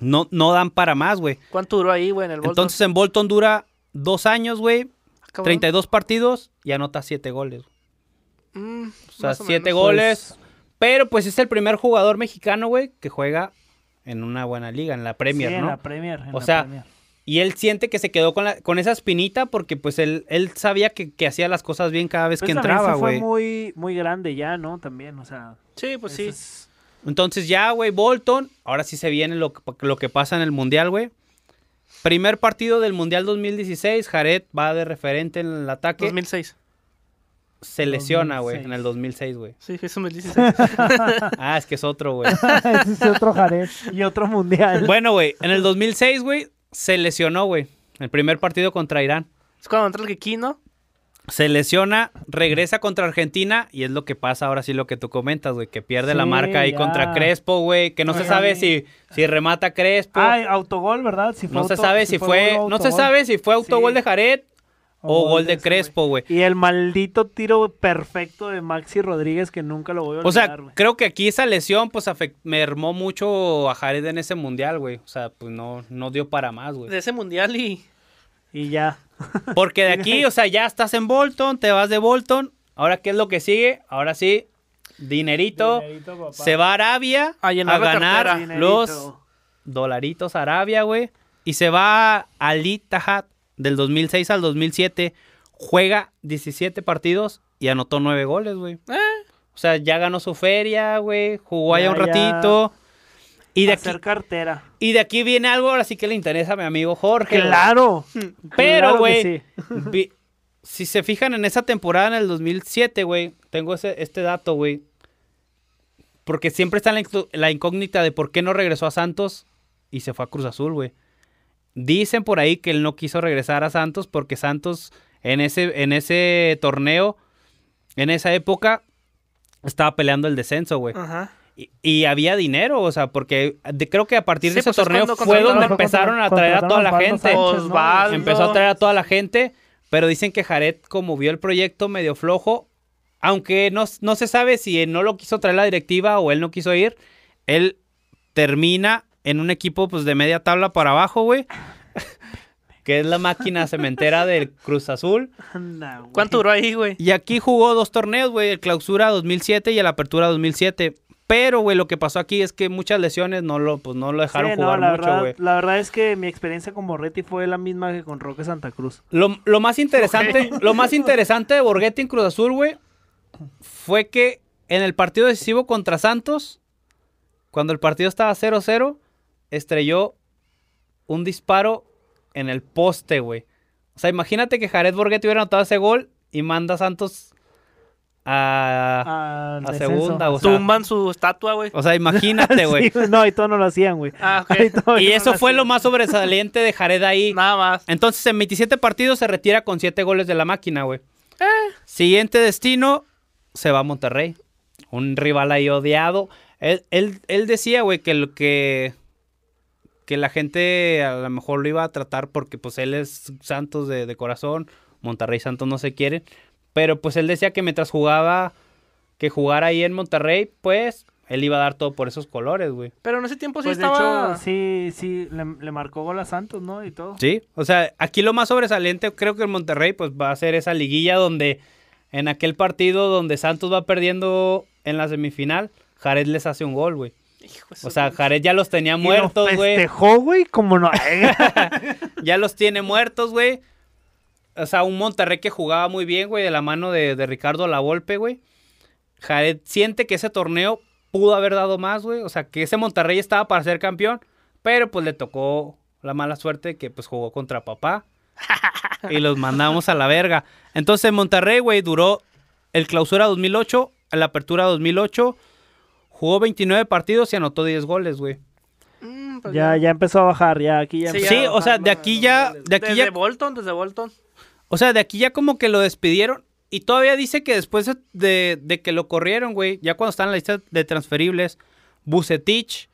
B: no, no dan para más, güey.
D: ¿Cuánto duró ahí, güey, en el Bolton?
B: Entonces en Bolton dura dos años, güey,
D: Ah, cabrón.
B: 32 partidos y anota siete goles.
D: Mm,
B: O sea,
D: más o
B: siete
D: menos.
B: goles. Pero pues es el primer jugador mexicano, güey, que juega en una buena liga, en la Premier,
C: Sí, en
B: ¿no?
C: la Premier. en
B: O
C: la
B: sea,
C: Premier.
B: Y él siente que se quedó con, la- con esa espinita porque pues él, él sabía que, que hacía las cosas bien cada vez
C: Pues
B: que
C: también
B: entraba,
C: se fue
B: güey.
C: muy, muy grande ya, ¿no? También, o sea.
D: Sí, pues sí.
C: eso es-
B: Entonces ya, güey, Bolton, ahora sí se viene lo, que- lo que pasa en el Mundial, güey. Primer partido del Mundial 2016, Jared va de referente en el ataque.
D: 2006.
B: Se lesiona, güey, en el 2006, güey.
D: Sí, eso me dice. sí.
B: Ah, es que es otro, güey.
E: Ese es otro Jared.
C: Y otro mundial.
B: bueno, güey, en el 2006, güey, se lesionó, güey. El primer partido contra Irán.
D: Es cuando entra el Kikino.
B: Se lesiona, regresa contra Argentina y es lo que pasa ahora sí lo que tú comentas, güey, que pierde la
C: Sí,
B: marca ahí
C: ya.
B: contra Crespo, güey, que no se
C: Ajá.
B: sabe si, si remata Crespo,
C: Ah, autogol, ¿verdad? Si fue
B: no se
C: auto-
B: sabe si fue,
C: gol o
B: no se
C: autogol.
B: sabe si fue autogol
C: Sí.
B: de Jared o gol de
C: este,
B: Crespo, güey.
C: Y el maldito tiro perfecto de Maxi Rodríguez que nunca lo voy a
B: O sea,
C: olvidar, güey.
B: creo que aquí esa lesión pues afec- mermó mucho a Jared en ese mundial, güey. O sea, pues no, no dio para más, güey.
D: De ese mundial y.
C: Y ya.
B: Porque de aquí, o sea, ya estás en Bolton, te vas de Bolton. Ahora, ¿qué es lo que sigue? Ahora sí, dinerito. Se va a Arabia a,
D: A llenar Ah, la
B: ganar
D: cartera.
B: los dolaritos a Arabia, güey. Y se va al Ittihad del 2006 al 2007. Juega 17 partidos y anotó 9 goles, güey.
D: Eh.
B: O sea, ya ganó su feria, güey. Jugó allá
C: Ya,
B: un
C: ya.
B: ratito. Y de, aquí,
C: Hacer cartera.
B: y de aquí viene algo, ahora sí que le interesa a mi amigo Jorge. güey.
C: Claro. Claro
B: Pero,
C: que
B: güey,
C: sí.
B: vi- si se fijan en esa temporada en el 2007, güey, tengo ese, este dato, güey. Porque siempre está la, inclu- la incógnita de por qué no regresó a Santos y se fue a Cruz Azul, güey. Dicen por ahí que él no quiso regresar a Santos porque Santos en ese, en ese torneo, en esa época, estaba peleando el descenso, güey.
D: Ajá.
B: Y, y había dinero, o sea, porque de- creo que a partir
D: Sí,
B: de ese
D: pues es
B: torneo
D: cuando
B: fue donde
D: contrataron-
B: empezaron a traer a toda la
E: Contrataron
B: gente.
E: Osvaldo
D: Sánchez,
E: ¿no?
D: Osvaldo.
B: Empezó a traer a toda la gente, pero dicen que Jared, como vio el proyecto medio flojo, aunque no, no se sabe si no lo quiso traer la directiva o él no quiso ir, él termina en un equipo pues de media tabla para abajo, güey. Que es la máquina cementera del Cruz Azul.
C: Anda, güey.
D: ¿Cuánto duró ahí, güey?
B: Y aquí jugó dos torneos, güey, el clausura 2007 y el apertura 2007. Pero, güey, lo que pasó aquí es que muchas lesiones no lo, pues, no lo dejaron
C: Sí, no,
B: jugar
C: la
B: mucho,
C: verdad-
B: güey.
C: La verdad es que mi experiencia con Borretti fue la misma que con Roque Santa Cruz.
B: Lo, lo más interesante, lo más interesante de Borghetti en Cruz Azul, güey, fue que en el partido decisivo contra Santos, cuando el partido estaba 0-0, estrelló un disparo en el poste, güey. O sea, imagínate que Jared Borghetti hubiera anotado ese gol y manda a Santos
C: Ah.
B: a,
C: A
B: a Ah, segunda. O sea,
D: Tumban su estatua, güey.
B: o sea, imagínate, güey.
C: no, y todo no lo hacían, güey.
D: Ah,
C: Ahí
D: ok.
C: todavía
B: y
C: no
B: eso fue
C: hacían.
B: lo más sobresaliente de Jared ahí.
D: Nada más.
B: Entonces, en 27 partidos se retira con 7 goles de la máquina, güey. Siguiente destino, se va a Monterrey. Un rival ahí odiado. Él, él- él decía, güey, que lo que. Que la gente a lo mejor lo iba a tratar porque, pues, él es Santos de, de corazón. Monterrey y Santos no se quieren. Pero, pues, él decía que mientras jugaba. Que jugara ahí en Monterrey, pues. Él iba a dar todo por esos colores, güey.
D: Pero en ese tiempo sí
C: Pues de
D: estaba.
C: hecho, sí, sí, le, le marcó gol a Santos, ¿no? Y todo.
B: Sí, o sea, aquí lo más sobresaliente creo que el Monterrey pues va a ser esa liguilla donde en aquel partido donde Santos va perdiendo en la semifinal, Jared les hace un gol, güey.
D: Hijo de
B: O
D: su-
B: sea, Jared ya los tenía muertos,
C: y lo
B: güey.
C: festejó, güey, como no.
B: Ya los tiene muertos, güey. O sea, un Monterrey que jugaba muy bien, güey, de la mano de, de Ricardo Lavolpe, güey. Jared siente que ese torneo pudo haber dado más, güey. O sea, que ese Monterrey estaba para ser campeón, pero pues le tocó la mala suerte que pues jugó contra papá. Y los mandamos a la verga. Entonces Monterrey, güey, duró el clausura 2008, la apertura 2008. Jugó 29 partidos y anotó 10 goles, güey.
D: Mm, pues
C: ya, ya empezó a bajar, ya aquí ya.
D: Sí,
C: empezó
B: Sí,
C: a
B: o sea,
C: bajar
B: de
C: los-
B: aquí
C: los
B: ya,
C: goles.
B: de aquí
D: desde
B: ya
D: Bolton, desde Bolton.
B: O sea, de aquí ya como que lo despidieron. Y todavía dice que después de- de, de que lo corrieron, güey, ya cuando está en la lista de transferibles, Bucetich,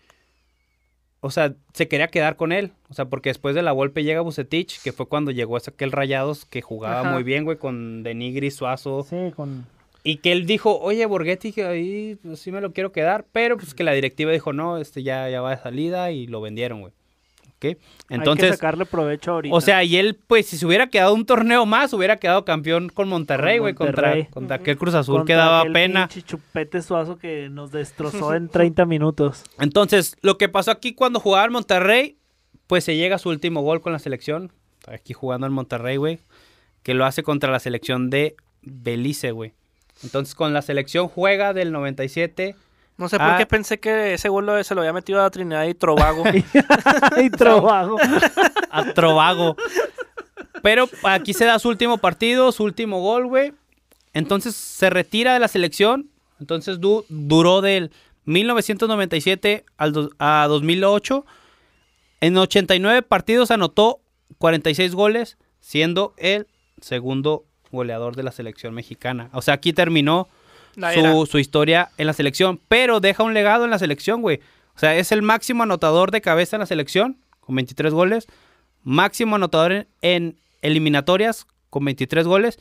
B: o sea, se quería quedar con él. O sea, porque después de la golpe llega Bucetich, que fue cuando llegó ese aquel Rayados que jugaba
D: Ajá.
B: muy bien, güey, con Denigri, Suazo.
E: Sí, con.
B: Y que él dijo, oye, Borghetti, que ahí pues, sí me lo quiero quedar. Pero pues que la directiva dijo, no, este ya, ya va de salida y lo vendieron, güey. ¿Ok?
C: Hay que
B: Entonces,
C: sacarle provecho ahorita.
B: o sea, y él, pues, si se hubiera quedado un torneo más, hubiera quedado campeón con Monterrey,
C: Con
B: güey, contra,
C: Monterrey.
B: contra aquel Cruz Azul
C: Contra
B: que daba
C: aquel
B: pena.
C: pinche chupete suazo que nos destrozó en 30 minutos.
B: Entonces, lo que pasó aquí cuando jugaba en Monterrey, pues se llega a su último gol con la selección. Aquí jugando en Monterrey, güey, que lo hace contra la selección de Belice, güey. Entonces, con la selección juega del 97
D: No sé por
B: Ah.
D: qué pensé que ese gol lo- se lo había metido a Trinidad y Tobago.
C: y trabajo.
B: a Trovago. Pero aquí se da su último partido, su último gol, güey. Entonces se retira de la selección. Entonces du- duró del 1997 al do- a 2008. En 89 partidos anotó 46 goles, siendo el segundo goleador de la selección mexicana. O sea, aquí terminó
D: La era.
B: su, su historia en la selección, pero deja un legado en la selección, güey. O sea, es el máximo anotador de cabeza en la selección, con 23 goles. Máximo anotador en, en eliminatorias, con 23 goles.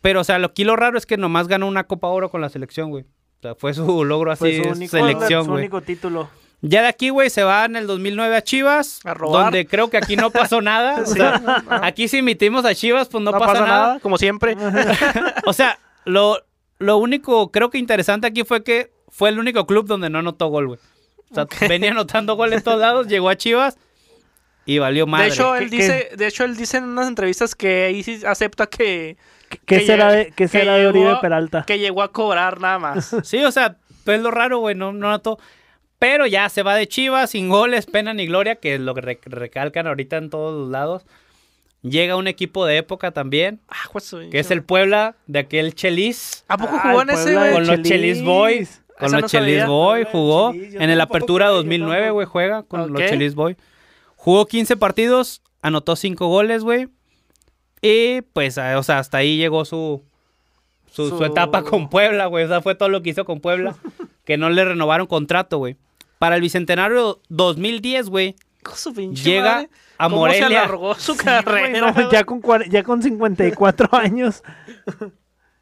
B: Pero, o sea, lo, aquí lo raro es que nomás ganó una Copa Oro con la selección, güey. O sea, fue su logro así,
C: Fue Pues, su único,
B: selección,
C: su
B: güey.
C: único título.
B: Ya de aquí, güey, se va en el 2009 a Chivas,
D: A robar.
B: donde creo que aquí no pasó nada. O sea, aquí si emitimos a Chivas, pues no, pasa, nada.
D: como siempre.
B: O sea, lo, lo único, creo que interesante aquí fue que fue el único club donde no anotó gol, güey. O sea, venía anotando goles en todos lados, llegó a Chivas y valió madre.
D: de hecho, él
C: ¿Qué-
D: dice, de hecho, él dice en unas entrevistas que ahí sí acepta que,
C: ¿Qué, qué
D: que
C: será
D: lle-
C: de, qué
D: que
C: será de
D: llegó-
C: Oribe Peralta?
D: que llegó a cobrar nada más.
B: Sí, o sea, es lo raro, güey, no, no anotó. Pero ya se va de Chivas, sin goles, pena ni gloria, que es lo que re- recalcan ahorita en todos los lados. Llega un equipo de época también,
D: Ah, pues, güey,
B: que es el Puebla de aquel Chelis.
D: ¿A poco
C: Ah,
D: jugó
C: el
D: en ese,
C: Puebla de
D: güey?
B: Con los Chelis Boys. Con
D: Esa
B: los
D: no
B: Chelis
D: sabía.
B: Boy jugó.
C: Chelis, yo
B: en el
C: tampoco
B: Apertura
C: sabía, yo
B: 2009, güey, juega con
D: Ok.
B: los Chelis Boy. Jugó 15 partidos, anotó 5 goles, güey. Y pues, a- o sea, hasta ahí llegó su, su, su
D: Su-
B: etapa con Puebla, güey. O sea, fue todo lo que hizo con Puebla. que no le renovaron contrato, güey. Para el Bicentenario 2010, güey,
D: Con su pinche
B: llega
D: madre.
B: a
D: ¿Cómo se
B: Morelia.
D: alargó su
C: Güey,
D: carrera?
C: no, ya, con cuare- ya con 54 años.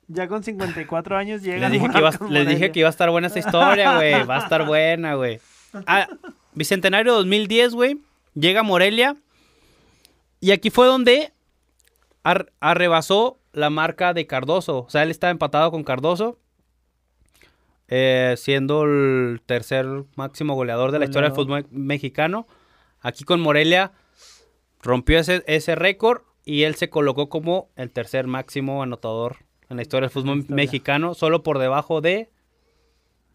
C: Ya con 54 años llega.
B: Les dije, que iba,
C: Marcos
B: a- les dije
C: Morelia.
B: que iba a estar buena esa historia, güey. Va a estar buena, güey. Ah, Bicentenario 2010, güey. Llega a Morelia. Y aquí fue donde ar- arrebasó la marca de Cardoso. O sea, él estaba empatado con Cardoso. eh, siendo el tercer máximo goleador de la historia del fútbol mexicano. Aquí con Morelia rompió ese, ese récord y él se colocó como el tercer máximo anotador en la historia del fútbol mexicano, solo por debajo de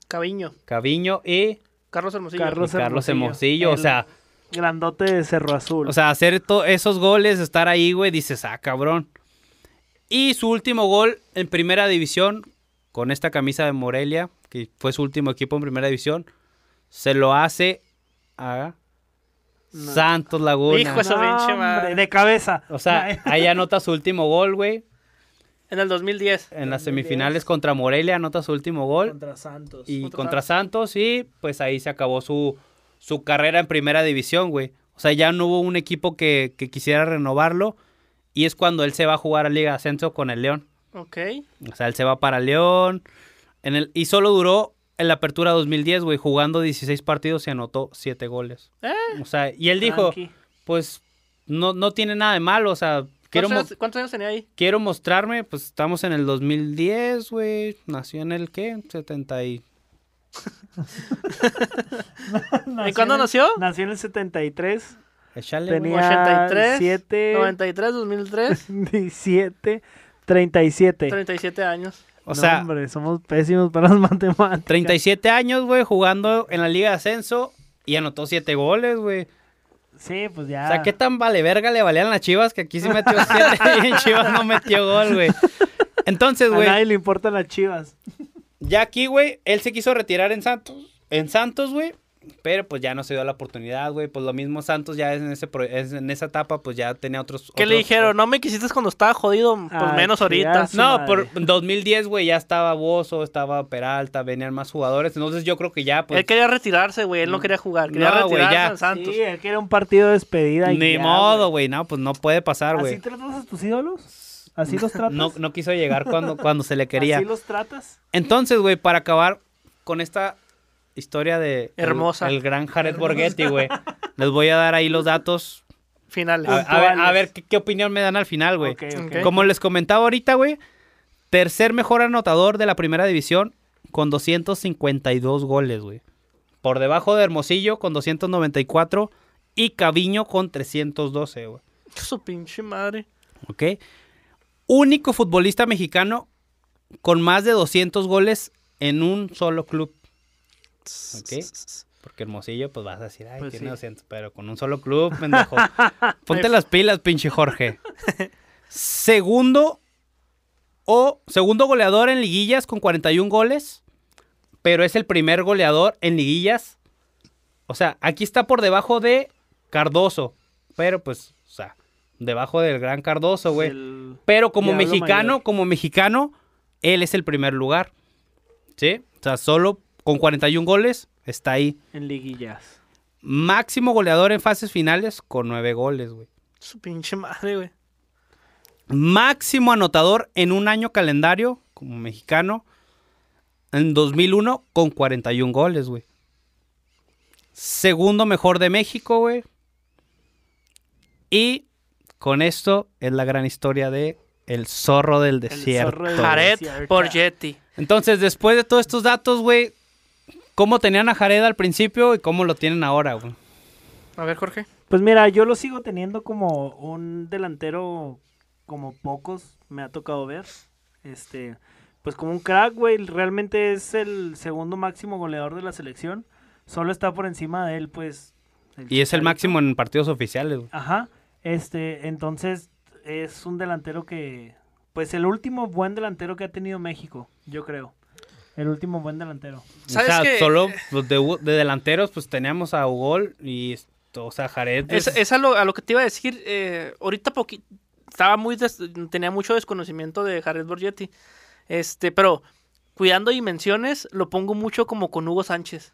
D: Caviño,
B: Caviño y
D: Carlos Hermosillo.
C: Carlos,
B: y Carlos
C: Hermosillo.
B: Hermosillo. O
C: El
B: sea,
C: Grandote de Cerro Azul.
B: o sea, hacer to- esos goles, estar ahí, güey, dices, ah, cabrón. Y su último gol en primera división, con esta camisa de Morelia, que fue su último equipo en primera división, se lo hace a Santos Laguna.
D: Hijo de su pinche madre.
C: hombre, de cabeza.
B: O sea, ahí anota su último gol, güey.
D: En el 2010.
B: En las semifinales contra Morelia anota su último gol.
C: Contra Santos.
B: Y
D: Contra
B: contra Santos, y pues ahí se acabó su, su carrera en primera división, güey. O sea, ya no hubo un equipo que, que quisiera renovarlo. Y es cuando él se va a jugar a Liga Ascenso con el León.
D: Ok. Eh,
B: O sea, él se va para León. En el, y solo duró en la apertura 2010, güey, jugando 16 partidos y anotó 7 goles.
D: Eh,
B: O sea, y él dijo,
D: tranqui.
B: pues no, no tiene nada de malo, o sea, quiero,
D: ¿Cuántos,
B: mo-
D: años, cuántos años tenía ahí?
B: quiero mostrarme, pues estamos en el 2010, güey, nació en el qué, 70 y...
D: ¿Y cuándo nació?
C: Nació en el 73.
B: Échale, güey.
C: Tenía
D: 83,
C: 7,
D: 93, 2003,
C: 17, 37.
D: 37 años.
B: O sea,
C: no, hombre, somos pésimos para las matemáticas.
B: 37 años, güey, jugando en la Liga de Ascenso y anotó 7 goles, güey.
C: Sí, pues ya.
B: O sea, ¿qué tan vale verga le valían las Chivas que aquí sí metió 7 y en Chivas no metió gol, güey? Entonces,
C: A
B: güey,
C: nadie le importan las chivas.
B: Ya aquí, güey, él se quiso retirar en Santos. En Santos, güey. Pero pues ya no se dio la oportunidad, güey. Pues lo mismo Santos ya es en, ese pro- es en esa etapa, pues ya tenía otros.
D: ¿Qué le
B: otros-
D: dijeron? No me quisiste cuando estaba jodido, pues
C: Ay,
D: menos ahorita.
C: chingas. su
B: No,
C: madre.
B: por 2010, güey, ya estaba Bozo, estaba Peralta, venían más jugadores. Entonces yo creo que ya, pues.
D: él quería retirarse, güey. Él no quería jugar. Quería
B: No, güey,
D: retirarse
B: ya.
D: en Santos.
C: Sí, él quiere un partido de despedida. y
B: Ni
C: ya,
B: modo, güey. No, pues no puede pasar,
C: ¿Así
B: güey.
C: tratas a tus ídolos? ¿Así los tratas?
B: No, no quiso llegar cuando, cuando se le quería.
C: Pues. ¿Así los tratas?
B: Entonces, güey, para acabar con esta historia de. el-
D: Hermosa.
B: El, gran Jared Borghetti, güey. Les voy a dar ahí los datos
D: Finales.
B: A, a ver, a ver qué, qué opinión me dan al final, güey.
C: Ok, ok.
D: Ok.
B: Como les comentaba ahorita, güey, tercer mejor anotador de la primera división con 252 goles, güey. Por debajo de Hermosillo con 294 y Caviño con 312, güey.
D: Su pinche madre.
B: ¿Ok? Único futbolista mexicano con más de 200 goles en un solo club. Ok. Porque Hermosillo, pues vas a decir, ay,
C: Pues
B: tiene
C: sí.
B: 200, pero con un solo club, pendejo. Ponte las pilas, pinche Jorge. Segundo o segundo goleador en liguillas con 41 goles, pero es el primer goleador en liguillas. O sea, aquí está por debajo de Cardoso, pero pues, o sea, debajo del gran Cardoso, güey.
C: El-
B: Pero como
C: Diablo
B: mexicano,
C: mayor.
B: como mexicano, él es el primer lugar. ¿Sí? O sea, solo con 41 goles está ahí.
C: en liguillas.
B: Máximo goleador en fases finales con 9 goles, güey.
D: Su pinche madre, güey.
B: Máximo anotador en un año calendario como mexicano en 2001 con 41 goles, güey. Segundo mejor de México, güey. Y con esto es la gran historia de El Zorro del Desierto.
C: zorro del
B: güey.
D: Jared
C: Desierto.
D: por Yeti.
B: Entonces, después de todos estos datos, güey, ¿cómo tenían a Jared al principio y cómo lo tienen ahora, güey?
D: A ver, Jorge.
C: Pues mira, yo lo sigo teniendo como un delantero como pocos me ha tocado ver. Este, pues como un crack, güey, realmente es el segundo máximo goleador de la selección. Solo está por encima de él, pues.
B: Y es el
C: Chicharito.
B: máximo en partidos oficiales, güey.
C: Ajá. Este, entonces es un delantero que pues el último buen delantero que ha tenido México, yo creo. El último buen delantero.
B: O
D: ¿Sabes
B: sea,
D: qué?
B: solo pues, de, de delanteros, pues teníamos a Ugol y, o sea, Jared. pues,
D: Es, es a, lo, a lo que te iba a decir. eh, ahorita poqui- estaba muy des- tenía mucho desconocimiento de Jared Borgetti. Este, pero cuidando dimensiones, lo pongo mucho como con Hugo Sánchez.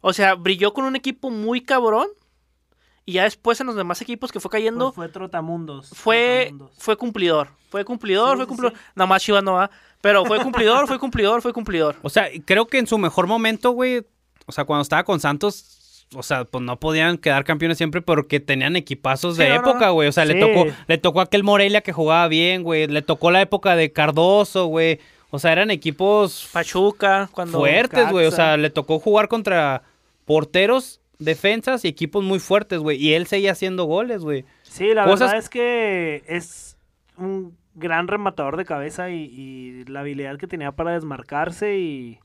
D: O sea, brilló con un equipo muy cabrón. Y ya después en los demás equipos que fue cayendo,
C: Pues fue Trotamundos.
D: fue,
C: Trotamundos.
D: fue cumplidor. Fue cumplidor,
C: Sí,
D: fue
C: sí,
D: cumplidor. Nada más Chivas no va. Pero fue cumplidor, fue cumplidor, fue cumplidor.
B: O sea, creo que en su mejor momento, güey, o sea, cuando estaba con Santos, o sea, pues no podían quedar campeones siempre porque tenían equipazos
D: Sí,
B: de
D: no, no,
B: época,
D: no.
B: güey. O sea,
C: Sí.
B: le tocó, le tocó aquel Morelia que jugaba bien, güey. Le tocó la época de Cardoso, güey. O sea, eran equipos
D: Pachuca, cuando.
B: fuertes, güey. O
D: Caxa.
B: sea, le tocó jugar contra porteros, defensas y equipos muy fuertes, güey. Y él seguía haciendo goles, güey.
C: Sí, la
B: Cosas-
C: verdad es que es un gran rematador de cabeza y, y la habilidad que tenía para desmarcarse y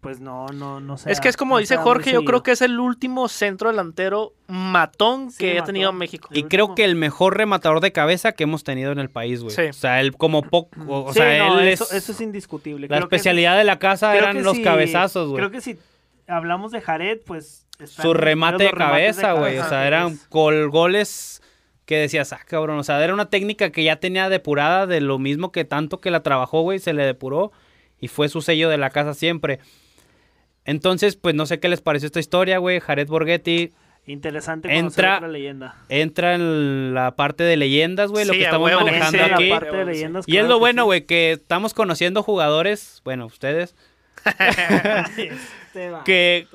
C: pues no, no, no sé.
D: es que es como dice Jorge, yo creo que es el último centro delantero matón
C: Sí,
D: que ha
C: matón.
D: tenido México.
C: El
B: Y creo
C: último.
B: que el mejor rematador de cabeza que hemos tenido en el país, güey.
D: Sí.
B: O sea, él como poco. O, o sea, él
C: eso,
B: es.
C: eso es indiscutible.
B: La
C: Creo que eso-
B: especialidad de la casa
C: creo
B: eran
C: que
B: los
C: si-
B: cabezazos,
C: Creo
B: güey.
C: que si hablamos de Jared, pues... están
B: Su
C: los
B: remate de
C: remates
B: cabeza, güey. O
D: cabeza,
B: sea,
C: que
B: eran
C: es-
B: col goles que decías, ah, cabrón. O sea, era una técnica que ya tenía depurada de lo mismo que tanto que la trabajó, güey. Se le depuró y fue su sello de la casa siempre. Entonces, pues no sé qué les pareció esta historia, güey. Jared Borghetti
C: Interesante conocer
B: Entra-
C: otra leyenda.
B: entra en la parte de leyendas, güey. lo
D: Sí,
B: que
D: a
B: estamos
D: huevo que
B: manejando
D: sí, a
C: la
B: aquí.
C: parte de
D: Sí.
C: leyendas,
B: Y es
C: claro
B: lo
C: que
B: bueno,
C: sí.
B: güey, que estamos conociendo jugadores, bueno, ustedes,
C: Este va.
B: que,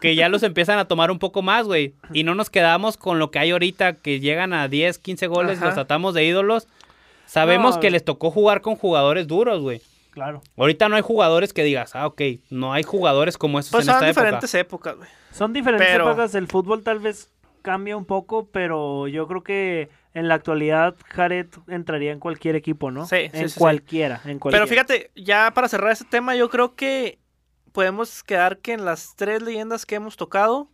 B: que ya los empiezan a tomar un poco más, güey. Y no nos quedamos con lo que hay ahorita, que llegan a 10, 15 goles,
D: Ajá.
B: los atamos de ídolos. Sabemos
C: No.
B: que les tocó jugar con jugadores duros, güey.
C: Claro.
B: Ahorita no hay jugadores que digas, ah, ok, no hay jugadores como estos
D: Pues
B: en
D: eran
B: esta época.
D: diferentes épocas, güey.
C: Son diferentes
D: Pero-
C: épocas, el fútbol tal vez cambia un poco, pero yo creo que en la actualidad Jared entraría en cualquier equipo, ¿no?
D: Sí, sí,
C: en
D: sí, sí.
C: cualquiera, en
D: Pero
C: cualquiera.
D: fíjate, ya para cerrar este tema, yo creo que podemos quedar que en las tres leyendas que hemos tocado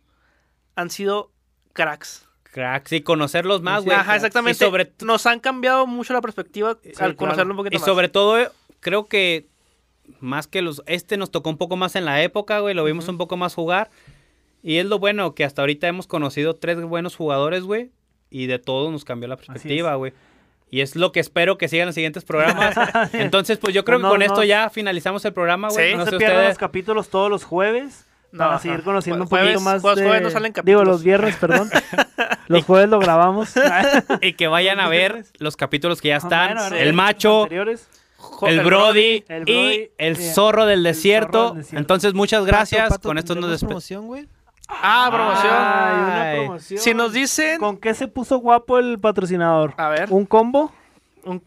D: han sido cracks.
B: Cracks y conocerlos más, güey.
D: Ajá, exactamente.
B: Y sobre,
D: Nos han cambiado mucho la perspectiva al
C: claro.
D: conocerlo un poquito
B: y
D: más.
B: sobre todo, eh, creo que más que los. Este nos tocó un poco más en la época, güey. Lo vimos un poco más jugar. Y es lo bueno que hasta ahorita hemos conocido tres buenos jugadores, güey. Y de todos nos cambió la perspectiva, güey. Y es lo que espero que sigan los siguientes programas. Entonces, pues yo creo
C: No,
B: que con
C: no.
B: esto ya finalizamos el programa, güey.
D: Sí.
B: no
C: no
B: sé
C: se pierdan
B: ustedes.
C: los capítulos todos los jueves.
D: No,
C: para
D: ajá.
C: seguir conociendo un
D: Jueves-
C: poquito más.
D: jueves-
C: de-
D: jueves no salen
C: Digo,
D: capítulos.
C: los viernes, perdón. los jueves lo grabamos.
B: Y que vayan a ver
C: ¿Ustedes?
B: los capítulos que ya están.
C: Ah, Bueno, bueno,
B: el
C: los
B: macho,
C: anteriores.
D: Jo-
B: el Brody,
C: El
B: y
C: Brody,
B: el
C: sí.
B: zorro del
C: El Zorro
B: desierto.
C: del Desierto.
B: Entonces, muchas gracias.
A: Pato, Pato,
B: con esto nos
A: ¿tendremos
B: despedimos.
A: promoción, güey?
D: Ah, promoción.
C: Ay,
B: Ay.
C: una promoción.
D: si nos dicen.
C: ¿Con qué se puso guapo el patrocinador?
D: A ver.
C: ¿Un combo?
D: Un-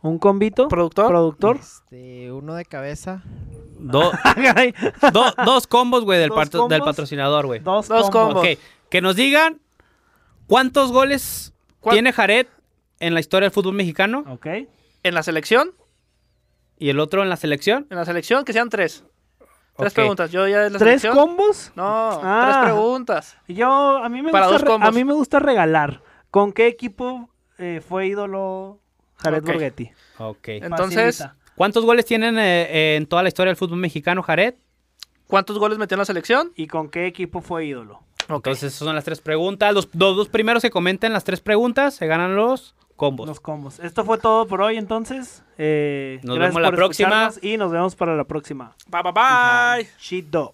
C: ¿Un combito?
D: ¿Productor?
C: ¿Productor?
A: Este, uno de cabeza.
C: Ah, Caray,
B: Do- dos combos, güey, del,
C: Dos
B: parto- del
C: combos.
B: patrocinador, güey.
C: Dos,
D: Dos
C: combos.
D: combos.
B: Ok, que nos digan cuántos goles
D: ¿Cuá-
B: tiene Jared en la historia del fútbol mexicano
C: Ok.
D: En la selección.
B: y el otro en la selección.
D: En la selección, que sean tres. Tres
B: Ok.
D: preguntas. Yo ya es la
C: ¿Tres
D: selección.
C: combos?
D: No,
C: Ah.
D: tres preguntas.
C: Yo, a mí me,
D: Para
C: gusta,
D: dos
C: re-
D: combos.
C: a mí me gusta regalar. ¿Con qué equipo eh, fue ídolo Jared
D: Ok.
C: Borghetti?
B: Ok.
D: Entonces,
C: Facilita.
B: ¿Cuántos goles tienen eh, en toda la historia del fútbol mexicano, Jared?
D: ¿cuántos goles metió en la selección?
C: ¿Y con qué equipo fue ídolo?
B: Entonces, esas son las tres preguntas. Los los dos primeros que comenten las tres preguntas se ganan los combos.
C: Los combos. Esto fue todo por hoy entonces. Eh,
B: Nos
C: gracias
B: vemos la
C: por
B: próxima.
C: escucharnos Y nos vemos para la próxima.
D: Bye, bye, bye.
C: Chido.